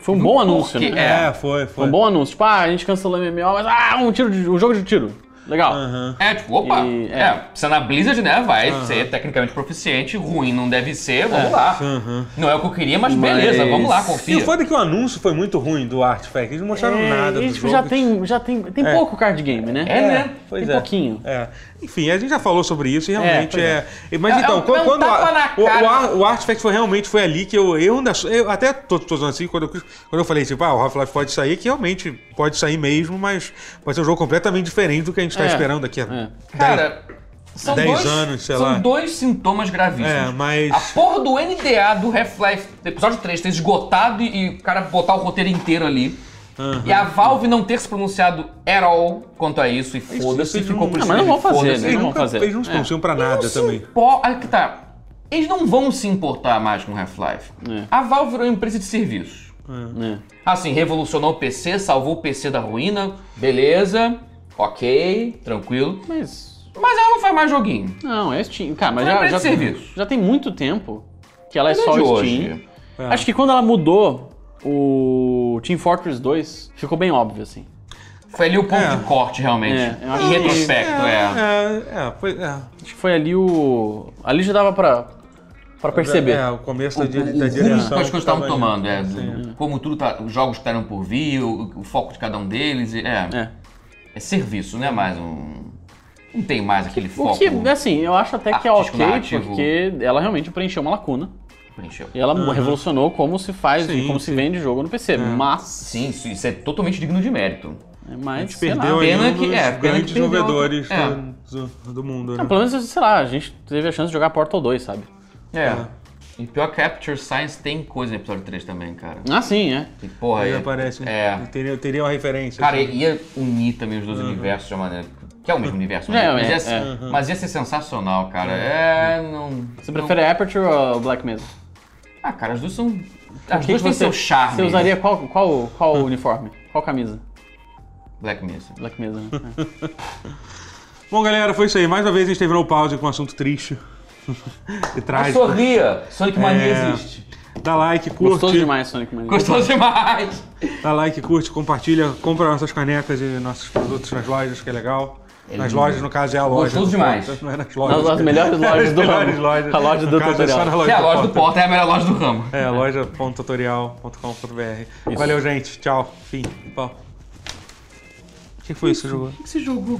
Foi um bom anúncio, porquê. né? É, foi, Foi foi. um bom anúncio. Tipo, ah, a gente cancelou o MMO, mas ah, um tiro de, um jogo de tiro. Legal. Aham. É, tipo, opa, E- é. é. você é na Blizzard, né, vai ser tecnicamente proficiente, ruim não deve ser, vamos lá. Não é o que eu queria, mas beleza, Mas- vamos lá, E o confia. foda é que o anúncio foi muito ruim do Artifact. Eles não mostraram É, nada e, do tipo, jogo. já tem, já tem, tem É. pouco card game, né? É, né? Pois Tem é. pouquinho. É. Enfim, a gente já falou sobre isso e realmente pois é. Mas É, é então, um- quando, é um quando tapa na a, o, cara. o, Ar- o Artifact foi realmente foi ali que eu, eu ainda. sou- Eu até tô, tô usando assim, quando eu, quando eu falei tipo, ah, o Half-Life pode sair, que realmente pode sair mesmo, mas pode ser um jogo completamente diferente do que a gente tá É. esperando aqui. É. Cara, são 10 dois, anos, sei são lá. dois sintomas gravíssimos. É, mas- A porra do NDA do Half-Life, do episódio 3, ter esgotado e, e o cara botar o roteiro inteiro ali. E a Valve não ter se pronunciado at all quanto a isso, e É isso foda-se, eles ficou não- por Não, mas isso não vão mesmo, fazer, foda-se. né? Eles não nunca, vão fazer. eles não se É. pronunciam pra nada não também. Se impo... Aí que tá. Eles não vão se importar mais com Half-Life. É. A Valve virou uma empresa de serviço. né? Assim, revolucionou o PC, salvou o PC da ruína, beleza, ok, tranquilo. Mas. Mas ela não faz mais joguinho. Não, é Steam. Cara, mas Não é já, pra já, esse serviço. já tem muito tempo que ela é Não é só de Steam. hoje. É. Acho que quando ela mudou o Team Fortress 2, ficou bem óbvio, assim. Foi ali o ponto É. de corte, realmente. É, eu acho em que- retrospecto, é. É, é, foi, é. Acho que foi ali o. Ali já dava pra, pra perceber. É, o começo da, di- O da rumo que as direção. coisas tava estavam indo. tomando, é. Sim. Como tudo tá. Os jogos que estavam por vir, o, o foco de cada um deles. e- É. é. É. serviço, não é mais um. Não tem mais aquele O foco. que, assim, eu acho até que é Artístico, ok, narrativo. porque ela realmente preencheu uma lacuna. Preencheu. E ela revolucionou como se faz Sim, É. e como se vende jogo no PC. Mas. né, Sim, isso, isso é totalmente digno de mérito. Mas, A gente sei perdeu lá. aí pena um dos que- é, pena que grandes perdeu. desenvolvedores É. do, do mundo, né? Não, pelo menos, sei lá, a gente teve a chance de jogar Portal 2, sabe? É. E pior que Capture Science tem coisa no episódio 3 também, cara. Ah, sim, é. E porra, Aí é- aparece, né? É. Teria, teria uma referência. Cara, assim. ia unir também os dois universos de uma maneira. Que é o mesmo universo, né? Uhum. É, mas, é, ia, ser- é. Uhum. mas ia ser sensacional, cara. É. Não. Você não- prefere Aperture ou Black Mesa? Ah, cara, as duas são. As Que duas que têm seu charme. Você usaria qual, qual, qual uniforme? Qual camisa? Black Mesa. Black Mesa, né? Bom, galera, foi isso aí. Mais uma vez a gente teve no pause com um assunto triste e trágico. Sorria! Sonic Mania É. existe. Dá like, Gostoso curte. demais Sonic Mania. Gostoso demais! Dá like, curte, compartilha, compra nossas canecas e nossos produtos nas lojas, que é legal. nas lojas, no caso, é a loja. do Gostoso demais. Porta, Não é nas Nas lojas. as melhores lojas do As melhores ramo. lojas. A loja do No caso, é só na loja tutorial. É a do loja do Porta. Porta, é a melhor loja do ramo. É, loja.tutorial.com.br. Valeu, gente. Tchau. Fim. Pau. O que foi isso que você jogou? O que que você jogou?